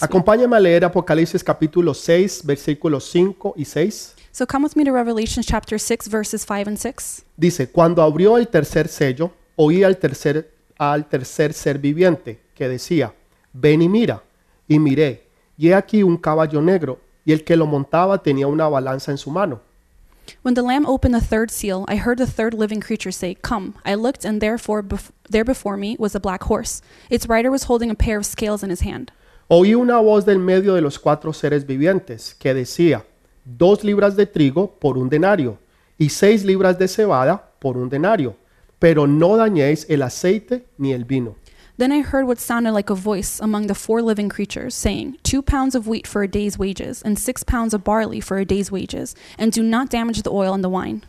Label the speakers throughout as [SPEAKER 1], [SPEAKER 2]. [SPEAKER 1] Acompáñame a leer Apocalipsis capítulo 6, versículos 5 y 6.
[SPEAKER 2] So come with me to Revelation chapter 6, verses 5 and 6.
[SPEAKER 1] Dice, cuando abrió el tercer sello, oí al tercer, al tercer ser viviente que decía, ven y mira, y miré, y he aquí un caballo negro, y el que lo montaba tenía una balanza en su mano.
[SPEAKER 2] When the Lamb opened the third seal, I heard the third living creature say, Come. I looked, and therefore bef- there before me was a black horse. Its rider was holding a pair of scales in his hand.
[SPEAKER 1] Oí una voz del medio de los cuatro seres vivientes que decía, dos libras de trigo por un denario y seis libras de cebada por un denario, pero no dañéis el aceite ni el vino.
[SPEAKER 2] Then I heard what sounded like a voice among the four living creatures, saying, Two pounds of wheat for a day's wages, and six pounds of barley for a day's wages, and do not damage the oil and the wine.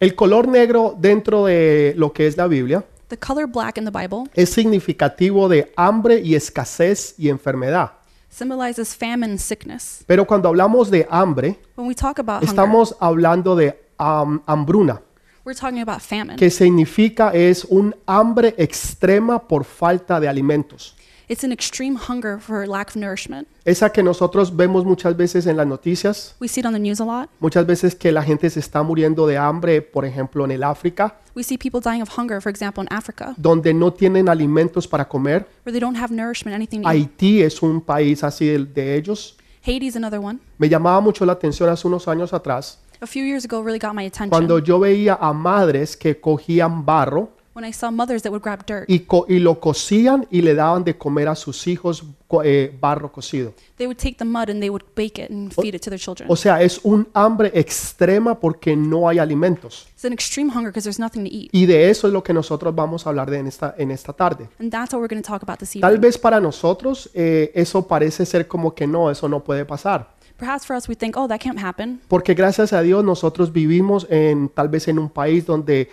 [SPEAKER 1] El color negro dentro de lo que es la Biblia
[SPEAKER 2] The color black in the Bible
[SPEAKER 1] es significativo de hambre y escasez y enfermedad.
[SPEAKER 2] symbolizes famine and sickness.
[SPEAKER 1] Pero cuando hablamos de hambre,
[SPEAKER 2] When we talk about hunger,
[SPEAKER 1] estamos hablando de ham- hambruna,
[SPEAKER 2] we're talking about famine.
[SPEAKER 1] que significa es un hambre extrema por falta de alimentos.
[SPEAKER 2] It's an extreme hunger for lack of nourishment.
[SPEAKER 1] Esa que nosotros vemos muchas veces en las noticias,
[SPEAKER 2] We see it on the news a lot.
[SPEAKER 1] muchas veces que la gente se está muriendo de hambre, por ejemplo en el África,
[SPEAKER 2] We see people dying of hunger, for example, in Africa,
[SPEAKER 1] donde no tienen alimentos para comer.
[SPEAKER 2] where they don't have nourishment, anything to eat.
[SPEAKER 1] Haití es un país así de, de ellos.
[SPEAKER 2] Haiti's another one.
[SPEAKER 1] Me llamaba mucho la atención hace unos años atrás,
[SPEAKER 2] A few years ago, really got my attention
[SPEAKER 1] cuando yo veía a madres que cogían barro
[SPEAKER 2] when I saw mothers that would grab dirt.
[SPEAKER 1] y, co- y lo cocían y le daban de comer a sus hijos co- eh, barro cocido.
[SPEAKER 2] They would take the mud and they would bake it and feed it to their children.
[SPEAKER 1] O sea, es un hambre extrema porque no hay alimentos.
[SPEAKER 2] It's an extreme hunger because there's nothing to eat.
[SPEAKER 1] Y de eso es lo que nosotros vamos a hablar de en esta, en esta tarde.
[SPEAKER 2] And that's what we're going to talk about this evening.
[SPEAKER 1] Tal vez para nosotros eh, eso parece ser como que no, eso no puede pasar.
[SPEAKER 2] Perhaps for us, we think, oh, that can't happen.
[SPEAKER 1] Porque gracias a Dios nosotros vivimos en tal vez en un país donde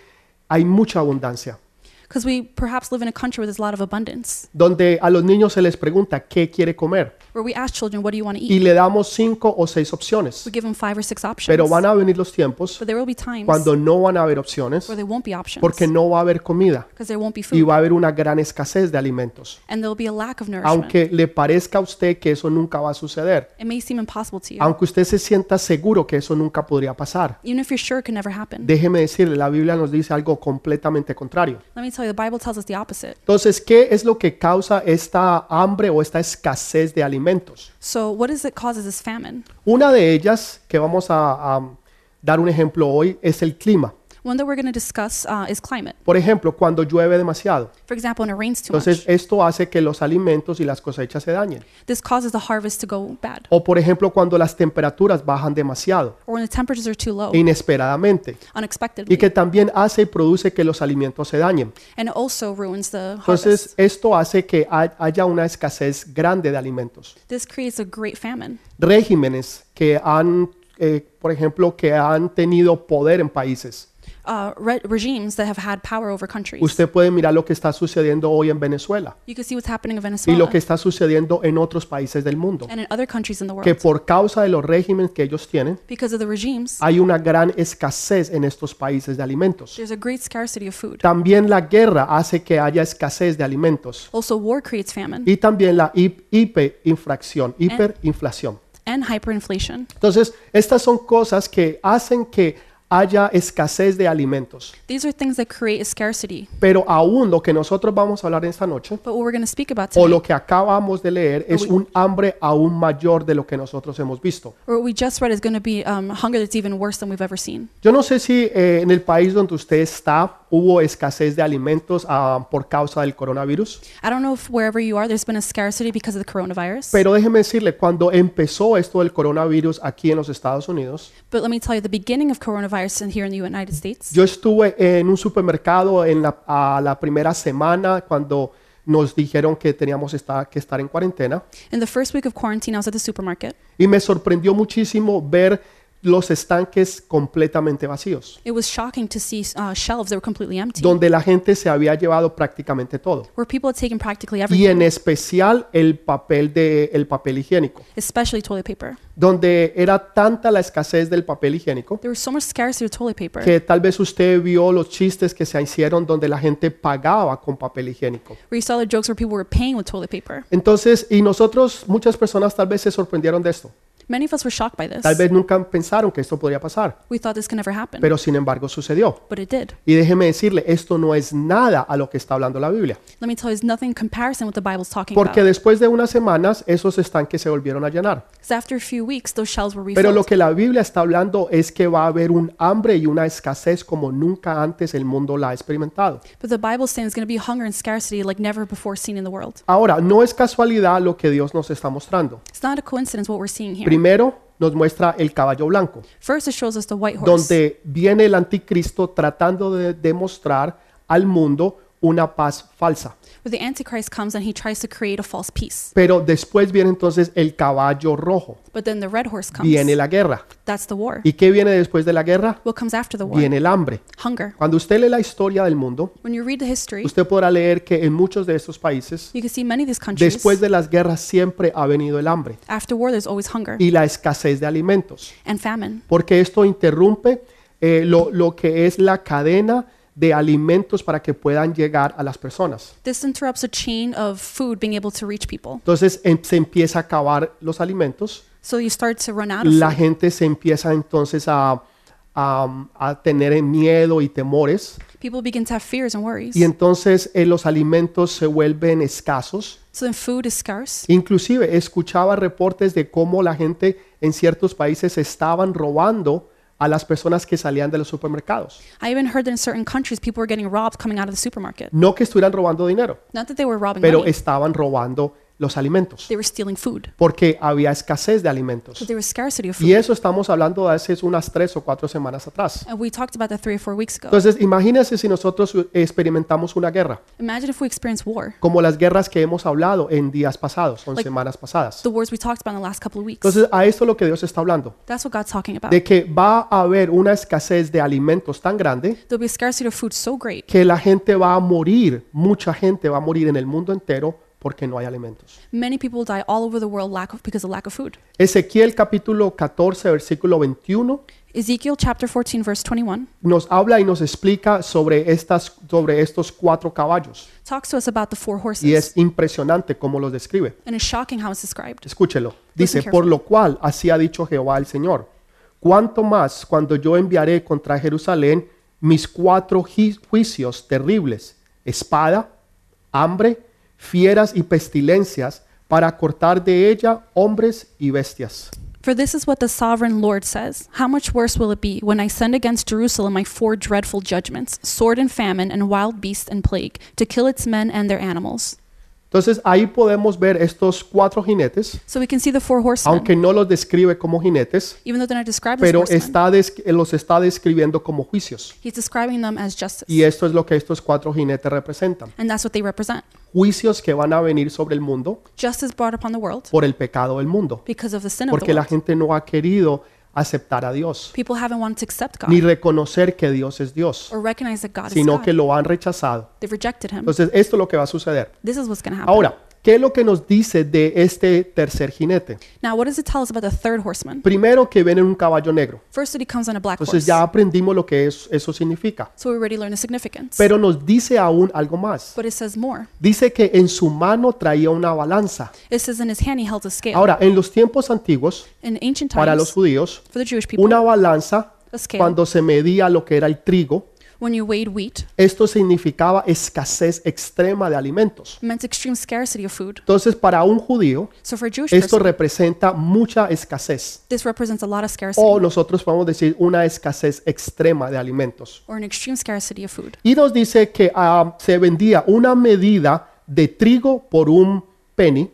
[SPEAKER 1] hay mucha abundancia,
[SPEAKER 2] Because we perhaps live in a country where there's a lot of abundance,
[SPEAKER 1] donde a los niños se les pregunta qué quiere comer
[SPEAKER 2] where we ask children, what do you want to
[SPEAKER 1] y
[SPEAKER 2] eat?
[SPEAKER 1] le damos cinco o seis opciones.
[SPEAKER 2] We give them five or six options.
[SPEAKER 1] Pero van a venir los tiempos
[SPEAKER 2] but there will be times
[SPEAKER 1] cuando no van a haber opciones
[SPEAKER 2] where there won't be options
[SPEAKER 1] porque no va a haber comida
[SPEAKER 2] because there won't be
[SPEAKER 1] y
[SPEAKER 2] food
[SPEAKER 1] va a haber una gran escasez de alimentos.
[SPEAKER 2] and there will be a lack of nourishment.
[SPEAKER 1] Aunque le parezca a usted que eso nunca va a suceder,
[SPEAKER 2] it may seem impossible to you.
[SPEAKER 1] aunque usted se sienta seguro que eso nunca podría pasar.
[SPEAKER 2] even if you're sure it can never happen.
[SPEAKER 1] Déjeme decirle, la Biblia nos dice algo completamente contrario.
[SPEAKER 2] Let me tell you, the Bible tells us the opposite.
[SPEAKER 1] Entonces, ¿qué es lo que causa esta hambre o esta escasez de alimentos?
[SPEAKER 2] So, what is it causes this famine?
[SPEAKER 1] Una de ellas, que vamos a, a dar un ejemplo hoy, es el clima.
[SPEAKER 2] One that we're going to discuss uh, is climate.
[SPEAKER 1] Por ejemplo, cuando llueve demasiado.
[SPEAKER 2] For example, when it rains too
[SPEAKER 1] Entonces,
[SPEAKER 2] much,
[SPEAKER 1] esto hace que los alimentos y las cosechas se dañen.
[SPEAKER 2] this causes the harvest to go bad.
[SPEAKER 1] O, por ejemplo, cuando las temperaturas bajan demasiado,
[SPEAKER 2] Or when the temperatures are too low,
[SPEAKER 1] inesperadamente.
[SPEAKER 2] unexpectedly,
[SPEAKER 1] Y que también hace y produce que los alimentos se dañen.
[SPEAKER 2] and it also ruins the
[SPEAKER 1] Entonces,
[SPEAKER 2] harvest.
[SPEAKER 1] esto hace que hay- haya una escasez grande de alimentos.
[SPEAKER 2] This creates a great famine.
[SPEAKER 1] Regímenes que han, eh, por ejemplo, que han tenido poder en países.
[SPEAKER 2] Uh, re- regimes that have had power over countries.
[SPEAKER 1] Usted puede mirar lo que está sucediendo hoy en Venezuela
[SPEAKER 2] you can see what's happening in
[SPEAKER 1] y
[SPEAKER 2] Venezuela
[SPEAKER 1] lo que está sucediendo en otros países del mundo.
[SPEAKER 2] and in other countries in the world.
[SPEAKER 1] Que por causa de los regímenes que ellos tienen,
[SPEAKER 2] because of the regimes,
[SPEAKER 1] hay una gran escasez en estos países de alimentos.
[SPEAKER 2] there's a great scarcity of food.
[SPEAKER 1] También la guerra hace que haya escasez de alimentos.
[SPEAKER 2] Also, war creates famine
[SPEAKER 1] Y también la hi- hiperinfracción, hiperinflación.
[SPEAKER 2] and hyperinflation.
[SPEAKER 1] Entonces, estas son cosas que hacen que haya escasez de alimentos.
[SPEAKER 2] These are things that create a scarcity.
[SPEAKER 1] Pero aún lo que nosotros vamos a hablar esta noche,
[SPEAKER 2] But what we're going to speak about
[SPEAKER 1] o
[SPEAKER 2] today,
[SPEAKER 1] lo que acabamos de leer, es un hambre aún mayor de lo que nosotros hemos visto.
[SPEAKER 2] or what we just read, is going to be um, hunger that's even worse than we've ever seen.
[SPEAKER 1] Yo no sé si eh, en el país donde usted está hubo escasez de alimentos ah, por causa del coronavirus,
[SPEAKER 2] I don't know if wherever you are, there's been a scarcity because of the coronavirus.
[SPEAKER 1] pero déjeme decirle, cuando empezó esto del coronavirus aquí en los Estados Unidos,
[SPEAKER 2] but let me tell you, the beginning of coronavirus in, here in the United States,
[SPEAKER 1] Yo estuve en un supermercado en la, a la primera semana cuando nos dijeron que teníamos esta- que estar en cuarentena
[SPEAKER 2] in the first week of quarantine, I was at the supermarket,
[SPEAKER 1] y me sorprendió muchísimo ver los estanques completamente vacíos,
[SPEAKER 2] It was shocking to see uh, shelves that were completely empty,
[SPEAKER 1] donde la gente se había llevado prácticamente todo,
[SPEAKER 2] where people had taken practically
[SPEAKER 1] y
[SPEAKER 2] everything,
[SPEAKER 1] en especial el papel de el papel higiénico,
[SPEAKER 2] especially toilet paper.
[SPEAKER 1] donde era tanta la escasez del papel higiénico
[SPEAKER 2] There was so much scarcity of toilet paper.
[SPEAKER 1] que tal vez usted vio los chistes que se hicieron donde la gente pagaba con papel higiénico.
[SPEAKER 2] where you saw the jokes where people were paying with toilet paper.
[SPEAKER 1] Entonces, y nosotros, muchas personas tal vez se sorprendieron de esto.
[SPEAKER 2] Many of us were shocked by this.
[SPEAKER 1] Tal vez nunca pensaron que esto podría pasar,
[SPEAKER 2] We thought this could never happen,
[SPEAKER 1] pero sin embargo sucedió.
[SPEAKER 2] but it did.
[SPEAKER 1] Y déjeme decirle, esto no es nada a lo que está hablando la Biblia.
[SPEAKER 2] Let me tell you, it's nothing in comparison with the Bible's talking
[SPEAKER 1] Porque
[SPEAKER 2] about.
[SPEAKER 1] después de unas semanas esos estanques se volvieron a llenar.
[SPEAKER 2] Because after a few weeks, those shelves were refilled.
[SPEAKER 1] Pero lo que la Biblia está hablando es que va a haber un hambre y una escasez como nunca antes el mundo la ha experimentado.
[SPEAKER 2] But the Bible's saying there's going to be hunger and scarcity like never before seen in the world.
[SPEAKER 1] Ahora, no es casualidad lo que Dios nos está mostrando.
[SPEAKER 2] It's not a coincidence what we're seeing here.
[SPEAKER 1] Primero nos muestra el caballo blanco,
[SPEAKER 2] First, it shows us the white horse,
[SPEAKER 1] donde viene el anticristo tratando de demostrar al mundo una paz falsa.
[SPEAKER 2] where the Antichrist comes and he tries to create a false peace.
[SPEAKER 1] Pero después viene entonces el caballo rojo,
[SPEAKER 2] But then the red horse comes.
[SPEAKER 1] viene la guerra.
[SPEAKER 2] That's the war.
[SPEAKER 1] ¿Y qué viene después de la guerra?
[SPEAKER 2] What comes after the war?
[SPEAKER 1] Viene el hambre.
[SPEAKER 2] Hunger.
[SPEAKER 1] Cuando usted lee la historia del mundo,
[SPEAKER 2] When you read the history,
[SPEAKER 1] usted podrá leer que en muchos de estos países,
[SPEAKER 2] you can see many of these countries.
[SPEAKER 1] después de las guerras siempre ha venido el hambre
[SPEAKER 2] after war, there's always hunger
[SPEAKER 1] y la escasez de alimentos,
[SPEAKER 2] and famine.
[SPEAKER 1] porque esto interrumpe eh, lo, lo que es la cadena de alimentos para que puedan llegar a las personas.
[SPEAKER 2] This interrupts a chain of food being able to reach people.
[SPEAKER 1] Entonces em- se empieza a acabar los alimentos,
[SPEAKER 2] So you start to run out of
[SPEAKER 1] la
[SPEAKER 2] food.
[SPEAKER 1] gente se empieza entonces a, a, a tener miedo y temores,
[SPEAKER 2] People begin to have fears and worries.
[SPEAKER 1] y entonces eh, los alimentos se vuelven escasos.
[SPEAKER 2] So then food is scarce.
[SPEAKER 1] Inclusive escuchaba reportes de cómo la gente en ciertos países estaban robando a las personas que salían de los supermercados.
[SPEAKER 2] I even heard that in certain countries, people were getting robbed coming out of the supermarket.
[SPEAKER 1] No que estuvieran robando dinero,
[SPEAKER 2] Not that they were robbing
[SPEAKER 1] pero
[SPEAKER 2] money,
[SPEAKER 1] estaban robando los alimentos,
[SPEAKER 2] they were stealing food.
[SPEAKER 1] porque había escasez de alimentos.
[SPEAKER 2] But there was scarcity of food.
[SPEAKER 1] Y eso estamos hablando de hace unas tres o cuatro semanas atrás.
[SPEAKER 2] And we talked about that three or four weeks ago.
[SPEAKER 1] Entonces, imagínense si nosotros eh, experimentamos una guerra,
[SPEAKER 2] Imagine if we experienced war,
[SPEAKER 1] como las guerras que hemos hablado en días pasados, o en
[SPEAKER 2] Like-
[SPEAKER 1] semanas pasadas.
[SPEAKER 2] the wars we talked about in the last couple of weeks.
[SPEAKER 1] Entonces, a esto es lo que Dios está hablando,
[SPEAKER 2] That's what God's talking about.
[SPEAKER 1] de que va a haber una escasez de alimentos tan grande
[SPEAKER 2] There'll be a scarcity of food so great,
[SPEAKER 1] que la gente va a morir, mucha gente va a morir en el mundo entero porque no hay alimentos.
[SPEAKER 2] many people die all over the world lack of, because of lack of food.
[SPEAKER 1] Ezequiel capítulo 14, versículo 21
[SPEAKER 2] Ezekiel chapter 14, verse 21,
[SPEAKER 1] nos habla y nos explica sobre, estas, sobre estos cuatro caballos.
[SPEAKER 2] talks to us about the four horses.
[SPEAKER 1] Y es impresionante cómo los describe.
[SPEAKER 2] And it's shocking how it's described.
[SPEAKER 1] Escúchelo. Dice,
[SPEAKER 2] carefully.
[SPEAKER 1] por lo cual así ha dicho Jehová el Señor. Cuanto más cuando yo enviaré contra Jerusalén mis cuatro ji- juicios terribles, espada, hambre, fieras y pestilencias, para cortar de ella hombres y bestias.
[SPEAKER 2] For this is what the sovereign Lord says How much worse will it be when I send against Jerusalem my four dreadful judgments sword and famine, and wild beast and plague, to kill its men and their animals?
[SPEAKER 1] Entonces ahí podemos ver estos cuatro jinetes,
[SPEAKER 2] So we can see the four horsemen,
[SPEAKER 1] aunque no los describe como jinetes,
[SPEAKER 2] even though they're not described as
[SPEAKER 1] pero
[SPEAKER 2] horsemen.
[SPEAKER 1] está des- los está describiendo como juicios.
[SPEAKER 2] He's describing them as justice.
[SPEAKER 1] Y esto es lo que estos cuatro jinetes representan.
[SPEAKER 2] And that's what they represent
[SPEAKER 1] Juicios que van a venir sobre el mundo
[SPEAKER 2] justice brought upon the world
[SPEAKER 1] por el pecado del mundo,
[SPEAKER 2] because of the sin of the
[SPEAKER 1] porque la
[SPEAKER 2] world.
[SPEAKER 1] gente no ha querido aceptar a Dios,
[SPEAKER 2] People haven't wanted to accept God
[SPEAKER 1] ni reconocer que Dios es Dios,
[SPEAKER 2] or recognize that God is
[SPEAKER 1] sino
[SPEAKER 2] God.
[SPEAKER 1] que lo han rechazado.
[SPEAKER 2] They've rejected Him.
[SPEAKER 1] Entonces, esto es lo que va a suceder.
[SPEAKER 2] This is what's going to happen.
[SPEAKER 1] Ahora, ¿qué es lo que nos dice de este tercer jinete?
[SPEAKER 2] Now, what does it tell us about the third horseman?
[SPEAKER 1] Primero que viene en un caballo negro.
[SPEAKER 2] First, that he comes on a black
[SPEAKER 1] Entonces
[SPEAKER 2] horse.
[SPEAKER 1] ya aprendimos lo que es- eso significa.
[SPEAKER 2] So we already learned the significance.
[SPEAKER 1] Pero nos dice aún algo más.
[SPEAKER 2] but it says more.
[SPEAKER 1] Dice que en su mano traía una balanza.
[SPEAKER 2] It says in his hand he held a scale.
[SPEAKER 1] Ahora, en los tiempos antiguos,
[SPEAKER 2] in ancient
[SPEAKER 1] para
[SPEAKER 2] times,
[SPEAKER 1] los judíos,
[SPEAKER 2] for the Jewish people,
[SPEAKER 1] una balanza,
[SPEAKER 2] a scale,
[SPEAKER 1] cuando se medía lo que era el trigo,
[SPEAKER 2] when you weighed wheat,
[SPEAKER 1] Esto significaba escasez extrema de alimentos.
[SPEAKER 2] meant extreme scarcity of food.
[SPEAKER 1] Entonces, para un judío,
[SPEAKER 2] So for a Jewish
[SPEAKER 1] esto
[SPEAKER 2] person,
[SPEAKER 1] representa mucha escasez.
[SPEAKER 2] this represents a lot of scarcity
[SPEAKER 1] O nosotros podemos decir una escasez extrema de alimentos.
[SPEAKER 2] or an extreme scarcity of food.
[SPEAKER 1] Y nos dice que ah, se vendía una medida de trigo por un penny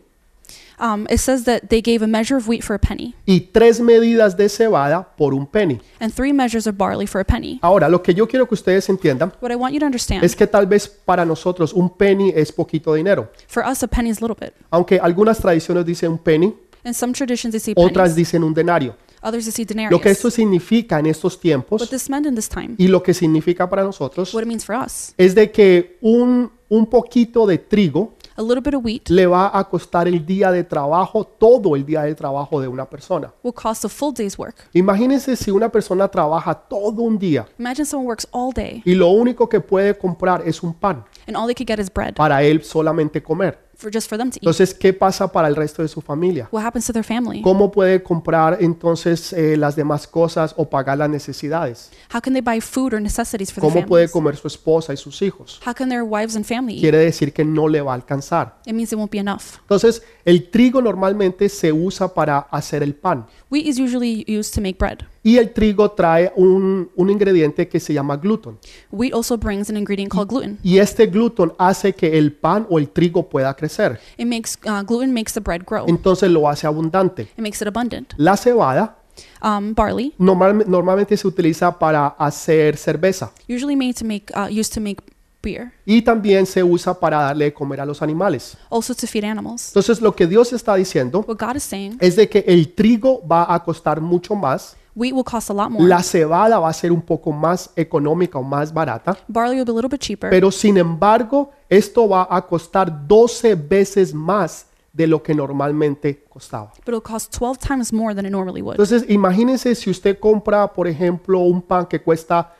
[SPEAKER 2] Um, it says that they gave a measure of wheat for a penny
[SPEAKER 1] y tres medidas de cebada por un penny.
[SPEAKER 2] and three measures of barley for a penny.
[SPEAKER 1] Ahora, lo que yo quiero que ustedes entiendan
[SPEAKER 2] What I want you to understand,
[SPEAKER 1] es que tal vez para nosotros un penny es poquito dinero.
[SPEAKER 2] for us, a penny is a little bit.
[SPEAKER 1] Aunque algunas tradiciones dicen un penny,
[SPEAKER 2] In some traditions, they say pennies.
[SPEAKER 1] otras dicen un denario.
[SPEAKER 2] others is see
[SPEAKER 1] Lo que
[SPEAKER 2] denarius.
[SPEAKER 1] esto significa en estos
[SPEAKER 2] What
[SPEAKER 1] tiempos
[SPEAKER 2] this meant in this time,
[SPEAKER 1] y lo que significa para nosotros
[SPEAKER 2] what it means for us,
[SPEAKER 1] es de que un, un poquito de trigo
[SPEAKER 2] a little bit of wheat
[SPEAKER 1] le va a costar el día de trabajo, todo el día de trabajo de una persona.
[SPEAKER 2] will cost a full day's work.
[SPEAKER 1] Imagínense si una persona trabaja todo un día
[SPEAKER 2] Imagine someone works all day
[SPEAKER 1] y lo único que puede comprar es un pan
[SPEAKER 2] and all they could get is bread
[SPEAKER 1] para él solamente comer.
[SPEAKER 2] for just for them to eat.
[SPEAKER 1] Entonces, ¿qué pasa para el resto de su familia?
[SPEAKER 2] What happens to their family?
[SPEAKER 1] ¿Cómo puede comprar entonces eh, las demás cosas o pagar las necesidades?
[SPEAKER 2] How can they buy food or necessities for their
[SPEAKER 1] ¿Cómo puede
[SPEAKER 2] families?
[SPEAKER 1] comer su esposa y sus hijos?
[SPEAKER 2] How can their wives and family eat?
[SPEAKER 1] Quiere decir que no le va a alcanzar.
[SPEAKER 2] It means it won't be enough.
[SPEAKER 1] Entonces, el trigo normalmente se usa para hacer el pan.
[SPEAKER 2] Wheat is usually used to make bread.
[SPEAKER 1] Y el trigo trae un, un ingrediente que se llama gluten.
[SPEAKER 2] Wheat also brings an ingredient called gluten.
[SPEAKER 1] Y este gluten hace que el pan o el trigo pueda crecer.
[SPEAKER 2] It makes uh, gluten makes the bread grow. It
[SPEAKER 1] Entonces lo hace abundante.
[SPEAKER 2] makes it abundant.
[SPEAKER 1] La cebada
[SPEAKER 2] Um, barley
[SPEAKER 1] normal- normalmente se utiliza para hacer cerveza.
[SPEAKER 2] usually made to make uh, used to make beer.
[SPEAKER 1] Y también se usa para darle de comer a los animales.
[SPEAKER 2] Also to feed animals.
[SPEAKER 1] Entonces lo que Dios está diciendo
[SPEAKER 2] What God is saying,
[SPEAKER 1] es de que el trigo va a costar mucho más.
[SPEAKER 2] wheat will cost a lot more.
[SPEAKER 1] La cebada va a ser un poco más económica o más barata.
[SPEAKER 2] barley will be a little bit cheaper.
[SPEAKER 1] Pero sin embargo, esto va a costar 12 veces más de lo que normalmente costaba.
[SPEAKER 2] but it'll cost 12 times more than it normally would.
[SPEAKER 1] Entonces, imagínense si usted compra, por ejemplo, un pan que cuesta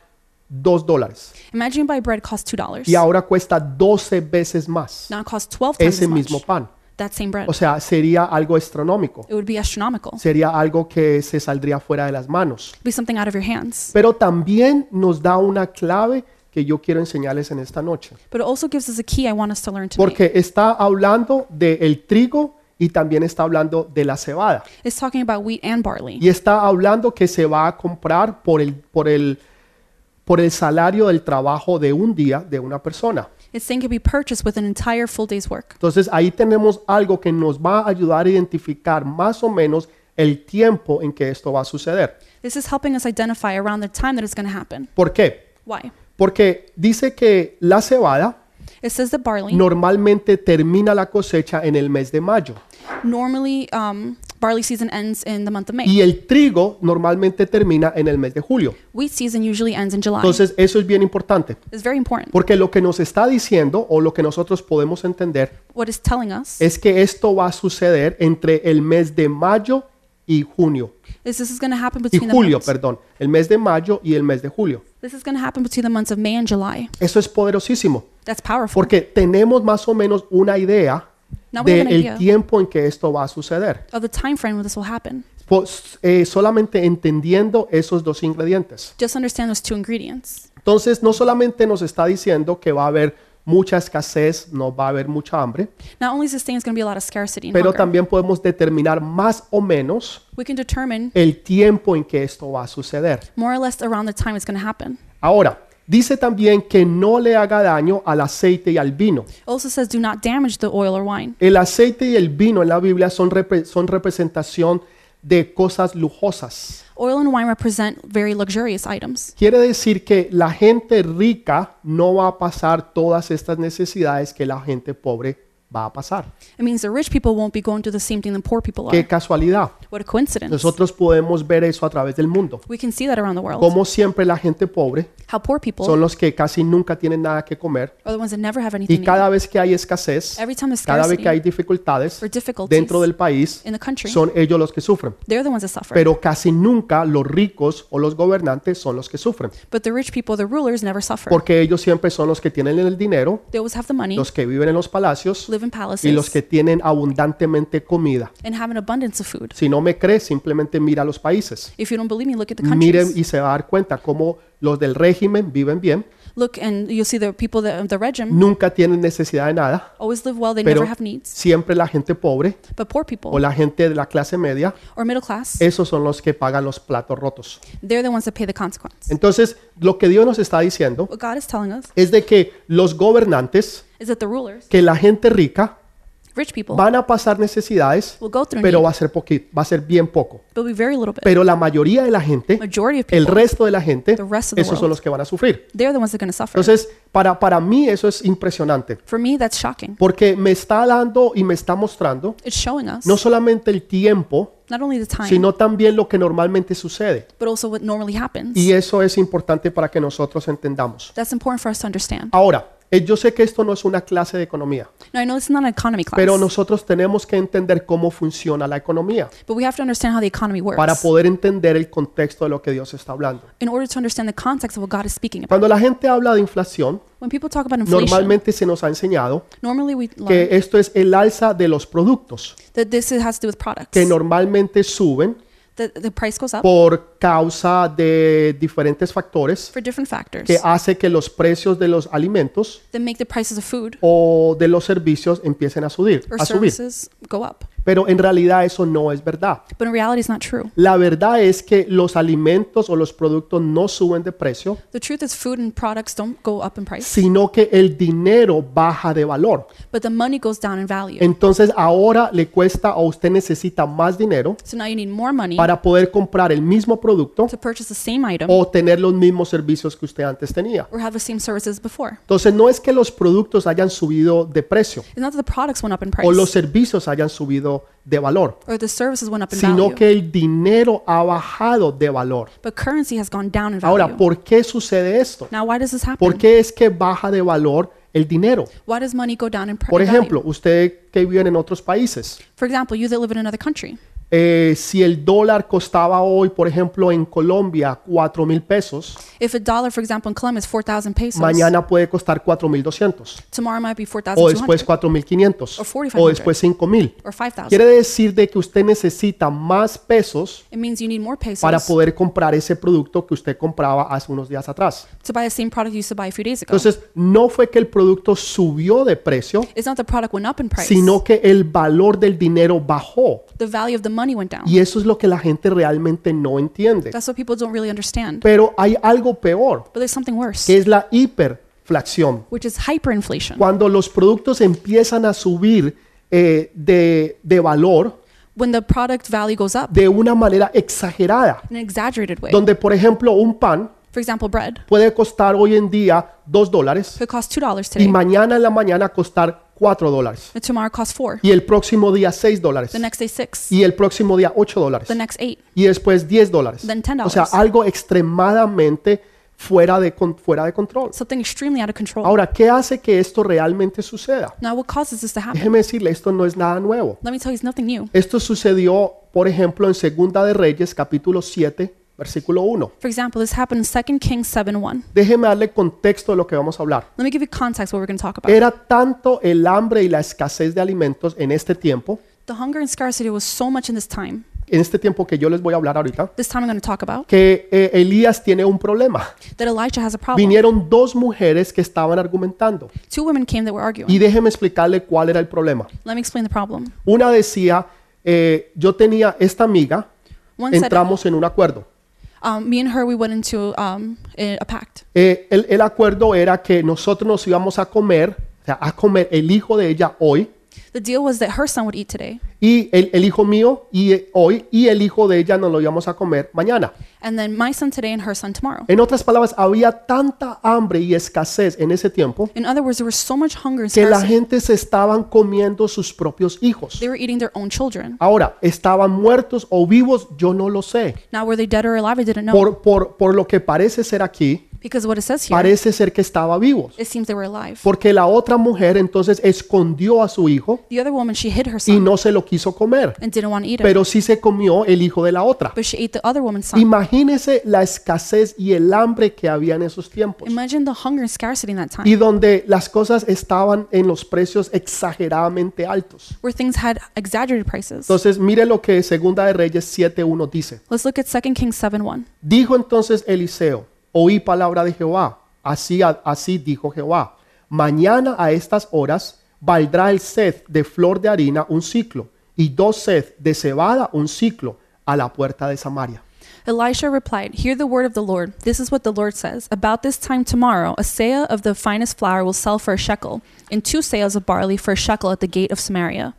[SPEAKER 1] 2 dólares
[SPEAKER 2] Imagine you buy bread costs two dollars.
[SPEAKER 1] y ahora cuesta 12 veces más
[SPEAKER 2] Now it costs 12 times
[SPEAKER 1] ese
[SPEAKER 2] as much.
[SPEAKER 1] mismo pan.
[SPEAKER 2] That same bread.
[SPEAKER 1] O sea, sería algo astronómico,
[SPEAKER 2] it would be astronomical.
[SPEAKER 1] sería algo que se saldría fuera de las manos.
[SPEAKER 2] It'd be something out of your hands.
[SPEAKER 1] Pero también nos da una clave que yo quiero enseñarles en esta noche,
[SPEAKER 2] But it also gives us a key I want us to learn today.
[SPEAKER 1] porque está hablando del trigo y también está hablando de la cebada.
[SPEAKER 2] it's talking about wheat and barley.
[SPEAKER 1] y está hablando que se va a comprar por el, por el, por el salario del trabajo de un día de una persona.
[SPEAKER 2] It's saying it can be purchased with an entire full day's work.
[SPEAKER 1] Entonces ahí tenemos algo que nos va a ayudar a identificar más o menos el tiempo en que esto va a suceder.
[SPEAKER 2] This is helping us identify around the time that it's going to happen.
[SPEAKER 1] ¿Por qué?
[SPEAKER 2] Why?
[SPEAKER 1] Porque dice que la cebada
[SPEAKER 2] It says that barley
[SPEAKER 1] normalmente termina la cosecha en el mes de mayo
[SPEAKER 2] normally um, barley season ends in the month of May.
[SPEAKER 1] y el trigo normalmente termina en el mes de julio.
[SPEAKER 2] Wheat season usually ends in July.
[SPEAKER 1] Entonces eso es bien importante
[SPEAKER 2] it's very important.
[SPEAKER 1] porque lo que nos está diciendo o lo que nosotros podemos entender
[SPEAKER 2] What it's telling us
[SPEAKER 1] es que esto va a suceder entre el mes de mayo y junio.
[SPEAKER 2] is this is going to happen
[SPEAKER 1] Y
[SPEAKER 2] between the
[SPEAKER 1] julio,
[SPEAKER 2] months.
[SPEAKER 1] perdón. El mes de mayo y el mes de julio.
[SPEAKER 2] This is going to happen between the months of May and July.
[SPEAKER 1] Eso es poderosísimo,
[SPEAKER 2] That's powerful.
[SPEAKER 1] porque tenemos más o menos una idea
[SPEAKER 2] Now we have an
[SPEAKER 1] del
[SPEAKER 2] idea
[SPEAKER 1] tiempo en que esto va a suceder,
[SPEAKER 2] of the time frame when this will happen.
[SPEAKER 1] Pues, eh, solamente entendiendo esos dos ingredientes.
[SPEAKER 2] Just understand those two ingredients.
[SPEAKER 1] Entonces, no solamente nos está diciendo que va a haber mucha escasez, no va a haber mucha hambre,
[SPEAKER 2] Not only is this thing is going to be a lot of scarcity and
[SPEAKER 1] pero
[SPEAKER 2] hunger,
[SPEAKER 1] también podemos determinar más o menos
[SPEAKER 2] we can determine
[SPEAKER 1] el tiempo en que esto va a suceder.
[SPEAKER 2] more or less around the time it's going to happen.
[SPEAKER 1] Ahora, dice también que no le haga daño al aceite y al vino.
[SPEAKER 2] It also says do not damage the oil or wine.
[SPEAKER 1] El aceite y el vino en la Biblia son, repre- son representación de cosas lujosas.
[SPEAKER 2] Oil and wine represent very luxurious items.
[SPEAKER 1] Quiere decir que la gente rica no va a pasar todas estas necesidades que la gente pobre va a pasar.
[SPEAKER 2] It means the rich people won't be going through the same thing the poor people
[SPEAKER 1] Qué
[SPEAKER 2] are.
[SPEAKER 1] casualidad.
[SPEAKER 2] What a coincidence.
[SPEAKER 1] Nosotros podemos ver eso a través del mundo.
[SPEAKER 2] We can see that around the world.
[SPEAKER 1] Como siempre la gente pobre
[SPEAKER 2] How poor people
[SPEAKER 1] son los que casi nunca tienen nada que comer
[SPEAKER 2] are the ones that never have
[SPEAKER 1] y
[SPEAKER 2] anything to
[SPEAKER 1] cada vez que hay escasez,
[SPEAKER 2] eat. Every time there's
[SPEAKER 1] cada vez
[SPEAKER 2] scarcity
[SPEAKER 1] que hay dificultades
[SPEAKER 2] or difficulties
[SPEAKER 1] dentro del país,
[SPEAKER 2] in the country,
[SPEAKER 1] son ellos los que sufren.
[SPEAKER 2] they're the ones that suffer.
[SPEAKER 1] Pero casi nunca los ricos o los gobernantes son los que sufren,
[SPEAKER 2] But the rich people, the rulers, never suffer.
[SPEAKER 1] porque ellos siempre son los que tienen el dinero,
[SPEAKER 2] They always have the money,
[SPEAKER 1] los que viven en los palacios
[SPEAKER 2] live in
[SPEAKER 1] y los
[SPEAKER 2] palaces,
[SPEAKER 1] que tienen abundantemente comida.
[SPEAKER 2] and have an abundance of food.
[SPEAKER 1] Si no me crees, simplemente mira los países.
[SPEAKER 2] If you don't believe me, look at the
[SPEAKER 1] Miren
[SPEAKER 2] countries.
[SPEAKER 1] y se va a dar cuenta cómo los del régimen viven bien,
[SPEAKER 2] Look, and you'll see the people that the regime
[SPEAKER 1] nunca tienen necesidad de nada,
[SPEAKER 2] always live well. They
[SPEAKER 1] pero
[SPEAKER 2] never have needs.
[SPEAKER 1] siempre la gente pobre
[SPEAKER 2] But poor
[SPEAKER 1] o
[SPEAKER 2] people
[SPEAKER 1] la gente de la clase media,
[SPEAKER 2] or middle class,
[SPEAKER 1] esos son los que pagan los platos rotos.
[SPEAKER 2] they're the ones that pay the consequence.
[SPEAKER 1] Entonces, lo que Dios nos está diciendo
[SPEAKER 2] What God is telling us
[SPEAKER 1] es de que los gobernantes
[SPEAKER 2] is that the rulers,
[SPEAKER 1] que la gente rica
[SPEAKER 2] Rich people
[SPEAKER 1] Van a pasar necesidades,
[SPEAKER 2] will go through
[SPEAKER 1] pero
[SPEAKER 2] need,
[SPEAKER 1] va a ser poquito, va a ser bien poco.
[SPEAKER 2] but will be very little bit.
[SPEAKER 1] Pero la mayoría de la gente,
[SPEAKER 2] Majority of
[SPEAKER 1] el
[SPEAKER 2] people,
[SPEAKER 1] resto de la gente,
[SPEAKER 2] The rest of the
[SPEAKER 1] esos son
[SPEAKER 2] world.
[SPEAKER 1] los que van a sufrir.
[SPEAKER 2] they're the ones that are going to suffer.
[SPEAKER 1] Entonces, para, para mí eso es impresionante,
[SPEAKER 2] For me, that's shocking.
[SPEAKER 1] porque me está dando y me está mostrando
[SPEAKER 2] It's showing us
[SPEAKER 1] no solamente el tiempo,
[SPEAKER 2] not only the time,
[SPEAKER 1] sino también lo que normalmente sucede.
[SPEAKER 2] but also what normally happens.
[SPEAKER 1] Y eso es importante para que nosotros entendamos.
[SPEAKER 2] That's important for us to understand.
[SPEAKER 1] Ahora, eh, yo sé que esto no es una clase de economía,
[SPEAKER 2] Now, I know it's not an economy class,
[SPEAKER 1] pero nosotros tenemos que entender cómo funciona la economía
[SPEAKER 2] but we have to understand how the economy works
[SPEAKER 1] para poder entender el contexto de lo que Dios está hablando.
[SPEAKER 2] in order to understand the context of what God is speaking about.
[SPEAKER 1] Cuando la gente habla de inflación,
[SPEAKER 2] When people talk about inflation,
[SPEAKER 1] normalmente se nos ha enseñado
[SPEAKER 2] normally we learn
[SPEAKER 1] que esto es el alza de los productos,
[SPEAKER 2] that this has to do with products.
[SPEAKER 1] que normalmente suben
[SPEAKER 2] the, the price goes up
[SPEAKER 1] por causa de diferentes factores
[SPEAKER 2] for different factors
[SPEAKER 1] que hace que los precios de los alimentos
[SPEAKER 2] that make the prices of food
[SPEAKER 1] o de los servicios empiecen a subir,
[SPEAKER 2] or
[SPEAKER 1] a subir.
[SPEAKER 2] services go up.
[SPEAKER 1] Pero en realidad eso no es verdad.
[SPEAKER 2] But in reality, it's not true.
[SPEAKER 1] La verdad es que los alimentos o los productos no suben de precio,
[SPEAKER 2] The truth is, food and products don't go up in price,
[SPEAKER 1] sino que el dinero baja de valor.
[SPEAKER 2] but the money goes down in value.
[SPEAKER 1] Entonces ahora le cuesta o usted necesita más dinero
[SPEAKER 2] so now you need more money
[SPEAKER 1] para poder comprar el mismo producto
[SPEAKER 2] to purchase the same item
[SPEAKER 1] o tener los mismos servicios que usted antes tenía.
[SPEAKER 2] or have the same services before.
[SPEAKER 1] Entonces no es que los productos hayan subido de precio
[SPEAKER 2] It's not that the products went up in price
[SPEAKER 1] o los servicios hayan subido de valor,
[SPEAKER 2] or the services went up in
[SPEAKER 1] sino
[SPEAKER 2] value,
[SPEAKER 1] que el dinero ha bajado de valor.
[SPEAKER 2] but currency has gone down in value.
[SPEAKER 1] Ahora, ¿por qué sucede esto?
[SPEAKER 2] now, why does this happen?
[SPEAKER 1] ¿Por qué es que baja de valor el dinero?
[SPEAKER 2] why does money go down in price?
[SPEAKER 1] Por ejemplo, usted que vive en otros países,
[SPEAKER 2] for example, you that live in another country.
[SPEAKER 1] eh, si el dólar costaba hoy, por ejemplo, en Colombia, 4 mil pesos,
[SPEAKER 2] If a dollar, for example, in Colombia is 4,000 pesos,
[SPEAKER 1] mañana puede costar 4 mil 200,
[SPEAKER 2] tomorrow might be
[SPEAKER 1] o después
[SPEAKER 2] 4,200
[SPEAKER 1] 4 mil 500,
[SPEAKER 2] O 4,500.
[SPEAKER 1] o después 5 mil.
[SPEAKER 2] or 5,000.
[SPEAKER 1] Quiere decir de que usted necesita más pesos
[SPEAKER 2] It means you need more pesos
[SPEAKER 1] para poder comprar ese producto que usted compraba hace unos días atrás.
[SPEAKER 2] to buy the same product you used to buy a few days ago.
[SPEAKER 1] Entonces, no fue que el producto subió de precio,
[SPEAKER 2] it's not the product went up in price,
[SPEAKER 1] sino que el valor del dinero bajó.
[SPEAKER 2] the value of the money went down.
[SPEAKER 1] Y eso es lo que la gente realmente no entiende.
[SPEAKER 2] That's what people don't really understand.
[SPEAKER 1] Pero hay algo peor,
[SPEAKER 2] but there's something worse,
[SPEAKER 1] que es la hiperflación.
[SPEAKER 2] which is hyperinflation.
[SPEAKER 1] Cuando los productos empiezan a subir eh, de, de valor
[SPEAKER 2] when the product value goes up
[SPEAKER 1] de una manera exagerada.
[SPEAKER 2] in an exaggerated way.
[SPEAKER 1] Donde, por ejemplo, un pan
[SPEAKER 2] For example, bread
[SPEAKER 1] puede costar hoy en día 2 dólares
[SPEAKER 2] could cost $2 today,
[SPEAKER 1] y mañana en la mañana costar 4 dólares.
[SPEAKER 2] and tomorrow costs 4
[SPEAKER 1] Y el próximo día 6 dólares.
[SPEAKER 2] the next day 6
[SPEAKER 1] Y el próximo día 8 dólares.
[SPEAKER 2] the next 8
[SPEAKER 1] y después 10 dólares.
[SPEAKER 2] Then $10.
[SPEAKER 1] O sea, algo extremadamente fuera de, con- fuera de control.
[SPEAKER 2] something extremely out of control.
[SPEAKER 1] Ahora, ¿qué hace que esto realmente suceda?
[SPEAKER 2] now, what causes this to happen?
[SPEAKER 1] Déjeme decirle, esto no es nada nuevo.
[SPEAKER 2] Let me tell you, it's nothing new.
[SPEAKER 1] Esto sucedió, por ejemplo, en Segunda de Reyes, capítulo 7, versículo 1.
[SPEAKER 2] For example, this happened in 2 Kings 7 1.
[SPEAKER 1] Déjeme darle contexto de lo que vamos a hablar.
[SPEAKER 2] Let me give you context what we're going to talk about.
[SPEAKER 1] Era tanto el hambre y la escasez de alimentos en este tiempo,
[SPEAKER 2] the hunger and scarcity was so much in this time,
[SPEAKER 1] en este tiempo que yo les voy a hablar ahorita,
[SPEAKER 2] this time I'm going to talk about,
[SPEAKER 1] que eh, Elías tiene un problema.
[SPEAKER 2] that Elijah has a problem.
[SPEAKER 1] Vinieron dos mujeres que estaban argumentando.
[SPEAKER 2] Two women came that were arguing.
[SPEAKER 1] Y déjeme explicarle cuál era el problema.
[SPEAKER 2] Let me explain the problem.
[SPEAKER 1] Una decía, eh, yo tenía esta amiga,
[SPEAKER 2] One said,
[SPEAKER 1] entramos en un acuerdo.
[SPEAKER 2] um, me and her, we went into um, a a pact.
[SPEAKER 1] Eh, el, el acuerdo era que nosotros nos íbamos a comer, o sea, a comer el hijo de ella hoy,
[SPEAKER 2] The deal was that her son would eat today,
[SPEAKER 1] y el, el hijo mío y, eh, hoy, y el hijo de ella nos lo íbamos a comer mañana.
[SPEAKER 2] and then my son today and her son tomorrow.
[SPEAKER 1] En otras palabras, había tanta hambre y escasez en ese tiempo
[SPEAKER 2] In other words, there was so much hunger and
[SPEAKER 1] que la
[SPEAKER 2] scarcity.
[SPEAKER 1] gente se estaban comiendo sus propios hijos.
[SPEAKER 2] They were eating their own children.
[SPEAKER 1] Ahora, ¿estaban muertos o vivos? Yo no lo sé.
[SPEAKER 2] Now, were they dead or alive? I didn't know.
[SPEAKER 1] Por, por, por lo que parece ser aquí,
[SPEAKER 2] because what it says here,
[SPEAKER 1] parece ser que estaba vivo.
[SPEAKER 2] it seems they were alive.
[SPEAKER 1] Porque la otra mujer entonces escondió a su hijo
[SPEAKER 2] the other woman, she hid her
[SPEAKER 1] y
[SPEAKER 2] son
[SPEAKER 1] no se lo quiso comer,
[SPEAKER 2] and didn't want to eat him.
[SPEAKER 1] pero sí se comió el hijo de la otra.
[SPEAKER 2] But she ate the other woman's son.
[SPEAKER 1] Imagínese la escasez y el hambre que había en esos tiempos
[SPEAKER 2] Imagine the hunger and scarcity in that time,
[SPEAKER 1] y donde las cosas estaban en los precios exageradamente altos.
[SPEAKER 2] where things had exaggerated prices.
[SPEAKER 1] Entonces, mire lo que Segunda de Reyes 7:1 dice.
[SPEAKER 2] Let's look at 2 Kings 7 1.
[SPEAKER 1] Dijo entonces Eliseo, oí palabra de Jehová, así, así dijo Jehová, mañana a estas horas valdrá el sed de flor de harina un ciclo y dos sed de cebada un ciclo a la puerta de Samaria.
[SPEAKER 2] Elisha replied, Hear the word of the Lord. This is what the Lord says. About this time tomorrow, a seah of the finest flour will sell for a shekel, and two seahs of barley for a shekel at the gate of Samaria.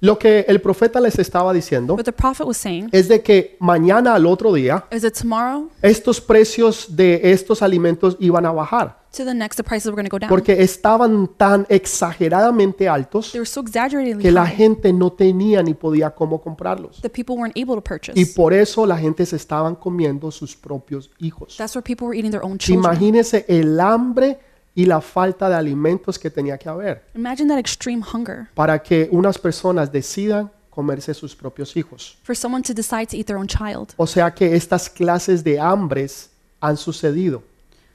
[SPEAKER 1] Lo que el profeta les estaba diciendo
[SPEAKER 2] What the prophet was saying
[SPEAKER 1] es de que mañana al otro día
[SPEAKER 2] is that tomorrow
[SPEAKER 1] estos precios de estos alimentos iban a bajar
[SPEAKER 2] to the next, the prices were going to go down.
[SPEAKER 1] porque estaban tan exageradamente altos
[SPEAKER 2] they were so exaggeratedly
[SPEAKER 1] que la
[SPEAKER 2] high
[SPEAKER 1] gente no tenía ni podía cómo comprarlos.
[SPEAKER 2] that people weren't able to purchase.
[SPEAKER 1] Y por eso la gente se estaban comiendo sus propios hijos.
[SPEAKER 2] That's where people were eating their own children.
[SPEAKER 1] Imagínense el hambre y la falta de alimentos que tenía que haber
[SPEAKER 2] Imagine that extreme hunger
[SPEAKER 1] para que unas personas decidan comerse sus propios hijos.
[SPEAKER 2] for someone to decide to eat their own child.
[SPEAKER 1] O sea que estas clases de hambres han sucedido.